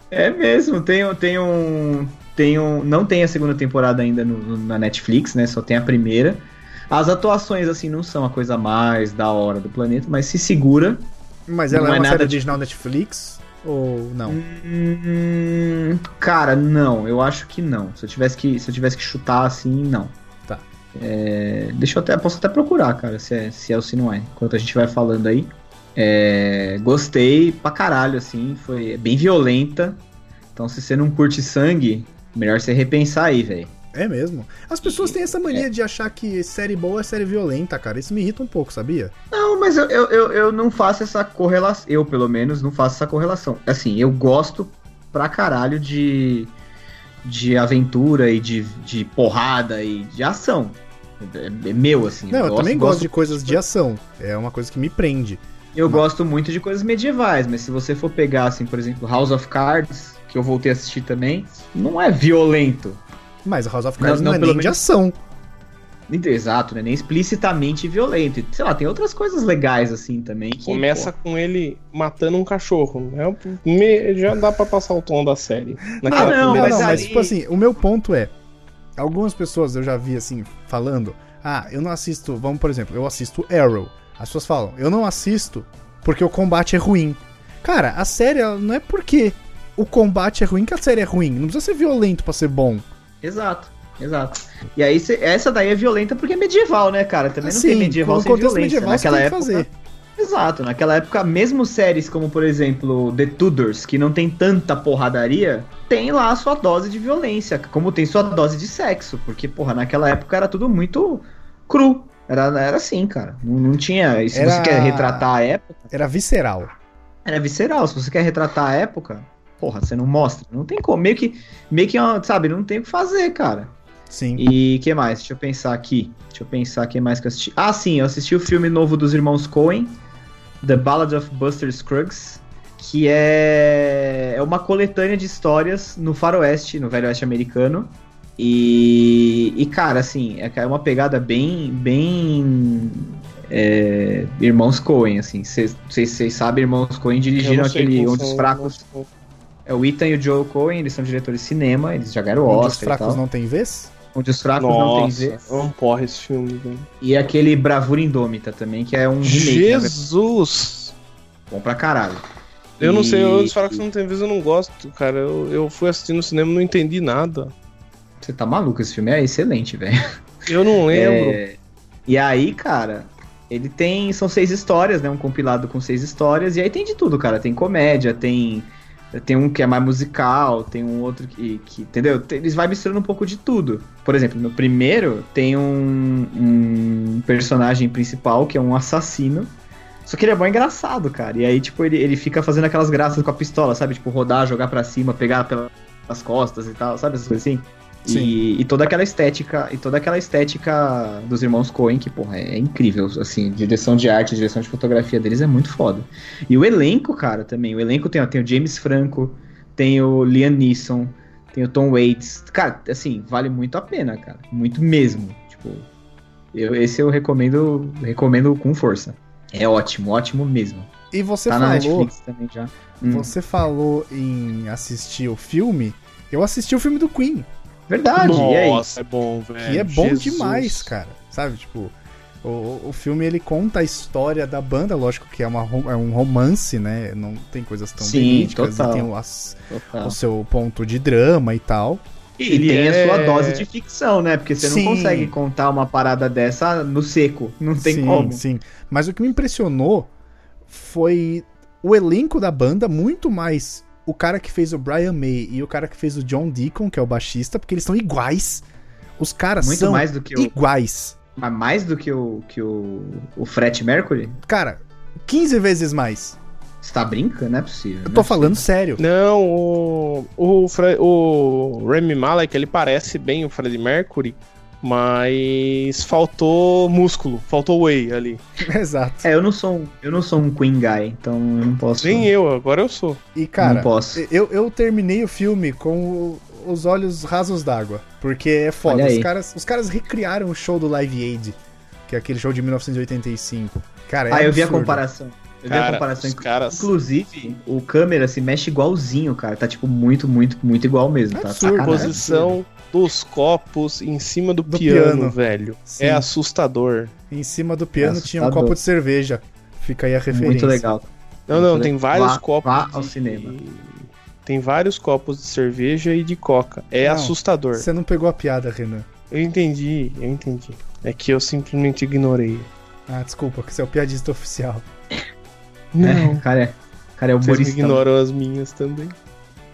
É mesmo, tem, um- tem um. Tem um. Não tem a segunda temporada ainda no- no- na Netflix, né? Só tem a primeira. As atuações, assim, não são a coisa mais da hora do planeta, mas se segura. Mas Não ela é é uma nada série de- original Netflix? Ou não? Hum, cara, não, eu acho que não. Se eu tivesse que, se eu tivesse que chutar assim, não. Tá. É, deixa eu até. Posso até procurar, cara, se é, se é ou se não é. Enquanto a gente vai falando aí. É, gostei pra caralho, assim. Foi é bem violenta. Então, se você não curte sangue, Melhor você repensar aí, velho. É mesmo. As pessoas têm essa mania de achar que série boa é série violenta, cara. Isso me irrita um pouco, sabia? Não, mas eu, eu, eu, eu não faço essa correlação. Eu, pelo menos, não faço essa correlação. Assim, eu gosto pra caralho de, de aventura e de, de porrada e de ação. É, é meu, assim. Não, eu também gosto, de coisas de ação. É uma coisa que me prende. Eu gosto muito de coisas medievais, mas se você for pegar, assim, por exemplo, House of Cards, que eu voltei a assistir também, não é violento. Mas House of Cards não, Não, é nem pelo de menos- ação. Então, Exato, né? Nem explicitamente violento. E, Sei lá, tem outras coisas legais, assim, também. que, Começa com ele matando um cachorro. né? Me- já dá pra passar o tom da série. Ah, Não, não, não, mas primeira cena. mas aí- tipo assim, o meu ponto é, algumas pessoas eu já vi assim falando, ah, eu não assisto, vamos por exemplo, eu assisto Arrow. As pessoas falam, eu não assisto porque o combate é ruim. Cara, a série ela não é porque o combate é ruim que a série é ruim. Não precisa ser violento pra ser bom. Pô. Exato, exato. E aí, cê- essa daí é violenta porque é medieval, né, cara? Também não tem medieval no sem contexto violência. medieval você Naquela tem que época. fazer. Exato, naquela época, mesmo séries como, por exemplo, The Tudors, que não tem tanta porradaria, tem lá a sua dose de violência, como tem sua dose de sexo, porque, porra, naquela época era tudo muito cru. Era, era assim, cara. Não, não tinha. E se Era- você quer retratar a época, Era visceral. era visceral. Se você quer retratar a época, porra, você não mostra. Não tem como. Meio que, meio que ó, sabe, não tem o que fazer, cara. Sim. E que mais? Deixa eu pensar aqui. Deixa eu pensar quem mais que eu assisti. Ah, sim, eu assisti o filme novo dos irmãos Coen, The Ballad of Buster Scruggs, que é é uma coletânea de histórias no faroeste, no velho oeste americano. E, e cara, assim, é que é uma pegada bem, bem é, irmãos Coen, assim. Vocês vocês sabem, irmãos Coen Eu dirigiram não sei aquele quem Onde são os Fracos. os- É o Ethan e o Joe Coen, eles são diretores de cinema, eles já Um ganharam Onde os Oscar e fracos tal. não têm vez? Onde os fracos não têm Nossa, vez. é um porra esse filme, velho. E aquele Bravura Indômita também, que é um remake, né? Jesus! bom pra caralho. Eu não sei, eu E- falar que você não tem vez, eu não gosto, cara. Eu, eu fui assistir no cinema e não entendi nada. Você tá maluco, esse filme é excelente, velho. Eu não lembro. É, E aí, cara, ele tem. São seis histórias, né? Um compilado com seis histórias. E aí tem de tudo, cara. Tem comédia, tem. Tem um que é mais musical, tem um outro que. que- entendeu? Tem- Eles vai misturando um pouco de tudo. Por exemplo, no primeiro tem um, um personagem principal que é um assassino. Só que ele é bom engraçado, cara. E aí, tipo, ele, ele fica fazendo aquelas graças com a pistola, sabe? Tipo, rodar, jogar pra cima, pegar pelas costas e tal, sabe? Essas coisas assim. E, e toda aquela estética, e toda aquela estética dos irmãos Coen, que, porra, é, é incrível, assim, direção de arte, direção de fotografia deles é muito foda. E o elenco, cara, também, o elenco tem, ó, tem o James Franco, tem o Liam Neeson, tem o Tom Waits, cara, assim, vale muito a pena, cara, muito mesmo, tipo, eu, esse eu recomendo, recomendo com força. É ótimo, ótimo mesmo. E você tá na falou, Netflix também já. Hum, você falou em assistir o filme. Eu assisti o filme do Queen. Verdade, e aí? é bom, velho. que é bom Jesus. demais, cara. Sabe, tipo, o, o filme ele conta a história da banda, lógico que é, uma, rom- é um romance, né? Não tem coisas tão Sim, verídicas, e total. Tá. tem o, as- Total. o seu ponto de drama e tal. E Ele tem é- a sua dose de ficção, né? Porque você Sim. não consegue contar uma parada dessa no seco. Não tem sim, como. sim. Mas o que me impressionou foi o elenco da banda, muito mais o cara que fez o Brian May e o cara que fez o John Deacon, que é o baixista, porque eles são iguais. Os caras Muito são mais do que o. iguais. mas Mais do que o que o, o Fred Mercury? Cara, 15 vezes mais. Você tá brincando? Não é possível. Eu né? tô falando sério. Não, o, o, Fre- o Remy Malek, ele parece bem o Freddie Mercury, mas faltou músculo, faltou whey ali. Exato. É, eu não sou um, eu não sou um Queen guy, então eu não posso. Nem eu, agora eu sou. E, cara, não posso. eu, eu terminei o filme com o- os olhos rasos d'água. Porque é foda. Olha aí. Os caras, os caras recriaram o show do Live Aid, que é aquele show de 1985. Cara, é ah, eu vi a absurdo. comparação. Eu vi a Cara, comparação. os Inclu- caras- Inclusive, o câmera se mexe igualzinho, cara. Tá tipo muito, muito, muito igual mesmo. Tá Absurdo. sacanagem. Posição dos copos em cima do, Ah, né? Do piano, piano. velho. Sim, É assustador. Em cima do piano É tinha um assustador. copo de cerveja. Fica aí a referência. Muito legal. Não, Muito não, le- tem vários Vá- copos. Vá ao de- cinema. Tem vários copos de cerveja e de coca. É Não. assustador. Você não pegou a piada, Renan. Eu entendi, eu entendi. É que eu simplesmente ignorei. Ah, desculpa, que você é o piadista oficial. É, Não. cara, é, cara é o Vocês me Boris ignoram as minhas também.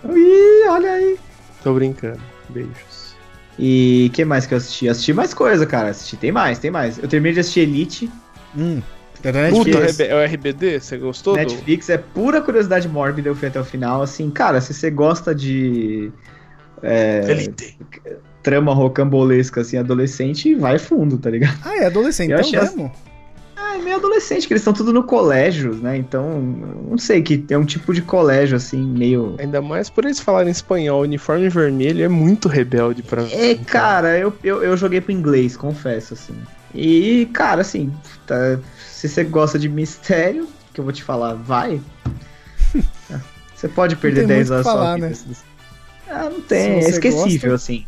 Ih, olha aí. Tô brincando. Beijos. E que mais que eu assisti? Eu assisti mais coisa, cara. Assisti, tem mais, tem mais. Eu terminei de assistir Elite. Hum. É da Netflix. Puta, RB, é o RBD? Você gostou? do- Netflix é pura curiosidade mórbida, eu fui até o final. Assim, cara, se você gosta de É. Elite. trama rocambolesca, assim, adolescente, vai fundo, tá ligado? Ah, é adolescente Eu então achei as- mesmo? É meio adolescente, que eles estão tudo no colégio, né? Então, não sei, que é um tipo de colégio, assim, meio. Ainda mais por eles falarem espanhol, uniforme vermelho é muito rebelde pra É, cara, eu, eu, eu joguei pro inglês, confesso, assim. E, cara, assim, tá- se você gosta de mistério, que eu vou te falar, vai. Você pode perder tem muito 10 o horas que falar, só. né? aqui desse- Ah, não tem, é você esquecível, assim.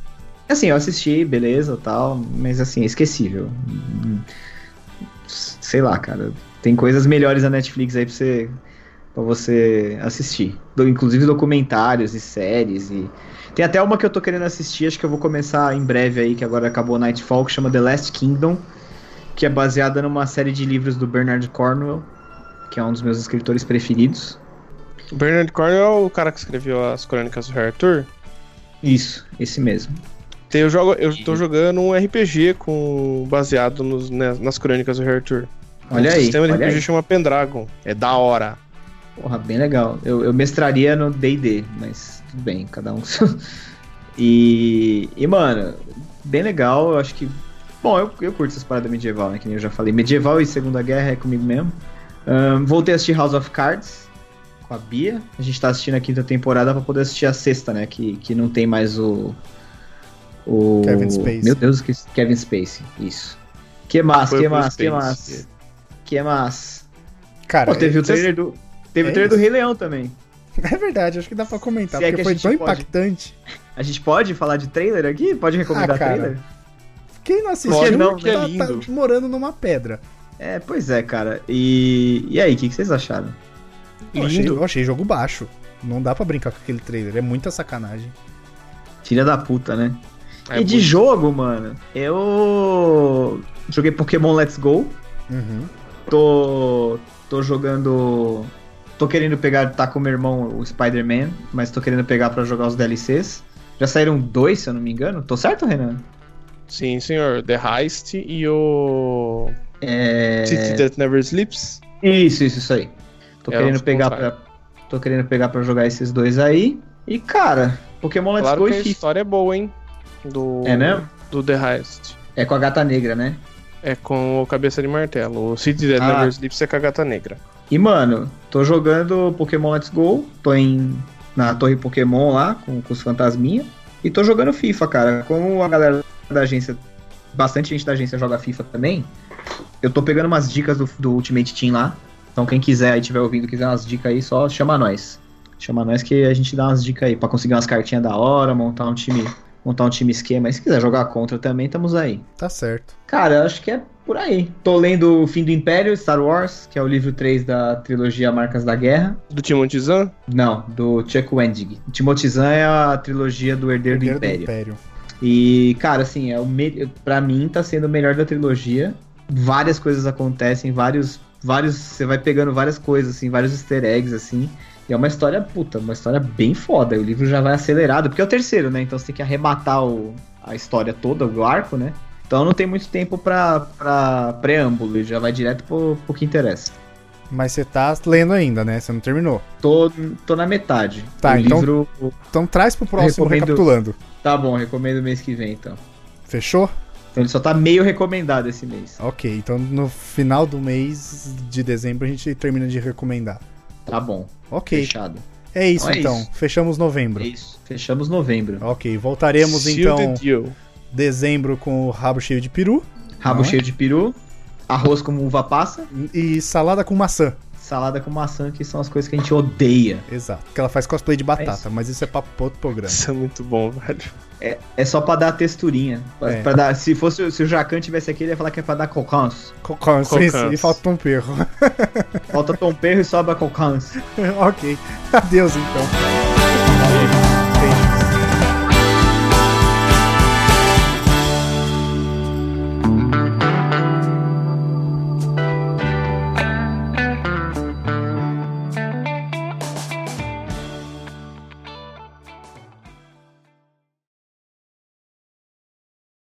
Assim, eu assisti, beleza, tal, mas assim, é esquecível. Hum, Sei lá, cara. Tem coisas melhores na Netflix aí pra você, pra você assistir. Do- inclusive documentários e séries e. Tem até uma que eu tô querendo assistir, acho que eu vou começar em breve aí, que agora acabou Nightfall, que chama The Last Kingdom, que é baseada numa série de livros do Bernard Cornwell, que é um dos meus escritores preferidos. Bernard Cornwell é o cara que escreveu as crônicas do Rei Arthur. Isso, esse mesmo. Tem- Eu, jogo, eu tô jogando um RPG com, baseado nos- né, nas crônicas do Rei Arthur. Olha O aí. É um sistema de olha RPG aí. chama Pendragon. É da hora. Porra, bem legal. Eu, eu mestraria no DD, mas tudo bem, cada um. com seu- e, e, mano, bem legal. Eu acho que. Bom, eu, eu curto essas paradas medieval, né? Que nem eu já falei. Medieval e Segunda Guerra é comigo mesmo. Ahn, voltei a assistir House of Cards com a Bia. A gente tá assistindo a quinta temporada pra poder assistir a sexta, né? Que, que não tem mais o. O. Kevin Spacey. Meu Deus, que Kevin Spacey. Isso. Que massa, Foi que pro massa, que Space. massa. Que massa. Cara, Pô, teve o cês- trailer do. Teve É o trailer do isso. Rei Leão também. É verdade, acho que dá pra comentar, Se é que porque a foi gente tão pode. impactante. A gente pode falar de trailer aqui? Pode recomendar Ah, cara. trailer? Quem não assistiu Lógico não, tá, que é lindo. tá morando numa pedra. É, pois é, cara. E, e aí, o que, que vocês acharam? Eu achei, Lindo. eu achei jogo baixo. Não dá pra brincar com aquele trailer, é muita sacanagem. Filha da puta, né? É e de muito- jogo, mano, eu joguei Pokémon Let's Go. Uhum. Tô. tô jogando. Tô querendo pegar, tá com meu irmão o Spider-Man, mas tô querendo pegar pra jogar os DLCs. Já saíram dois, se eu não me engano. Tô certo, Renan? Sim, senhor. The Heist e o. É. City That Never Sleeps. Isso, isso, isso aí. Tô É, querendo vamos pegar contar. pra, tô querendo pegar para jogar esses dois aí. E cara, Pokémon Let's Claro Go que e a FIFA. história é boa, hein? Do, É mesmo? Do The Heist. É com a gata negra, né? É com o Cabeça de Martelo. O City That Ah. Never Sleeps é com a Gata Negra. E mano, tô jogando Pokémon Let's Go, tô em na Torre Pokémon lá com, com os fantasminha e tô jogando FIFA, cara. Como a galera da agência, bastante gente da agência joga FIFA também, eu tô pegando umas dicas do, do Ultimate Team lá. Então quem quiser aí tiver ouvindo, quiser umas dicas aí, só chama nós. Chama nós que a gente dá umas dicas aí pra conseguir umas cartinhas da hora, montar um time, montar um time esquema. E se quiser jogar contra também, estamos aí. Tá certo. Cara, eu acho que é por aí. Tô lendo O Fim do Império, Star Wars, que é o livro 3 da trilogia Marcas da Guerra. Do Timothy Zahn? Não, do Chuck Wendig. Timothy Zahn é a trilogia do Herdeiro, Herdeiro do, Império. E, cara, assim, é o me... pra mim tá sendo o melhor da trilogia. Várias coisas acontecem, vários. vários Você vai pegando várias coisas, assim, vários easter eggs, assim. E é uma história, puta, uma história bem foda. E O livro já vai acelerado, porque é o terceiro, né? Então você tem que arrematar o... a história toda, o arco, né? Então não tem muito tempo pra, pra preâmbulo, ele já vai direto pro, pro que interessa. Mas você tá lendo ainda, né? Você não terminou. Tô, tô na metade. Tá, o então- livro. Então traz pro próximo Recomendo- recapitulando. Tá bom, recomendo mês que vem, então. Fechou? Então ele só tá meio recomendado esse mês. Ok, então no final do mês de dezembro a gente termina de recomendar. Tá bom. Ok, Fechado. é isso Então é então. isso. Fechamos novembro. É isso. Fechamos novembro. Ok, voltaremos Seal então the Deal. dezembro com o rabo cheio de peru Rabo Ah. cheio de peru, arroz com uva passa, e salada com maçã. salada com maçã, que são as coisas que a gente odeia. Exato, porque ela faz cosplay de É batata, isso. mas isso é papo pra outro programa. Isso é muito bom, velho. É só pra dar texturinha. Pra, É. pra dar, se fosse se o Jacan tivesse aqui, ele ia falar que é pra dar cocans. Cocans, Cocans. isso, e falta um perro. Falta tom perro e sobra cocans. ok, adeus então. Ei.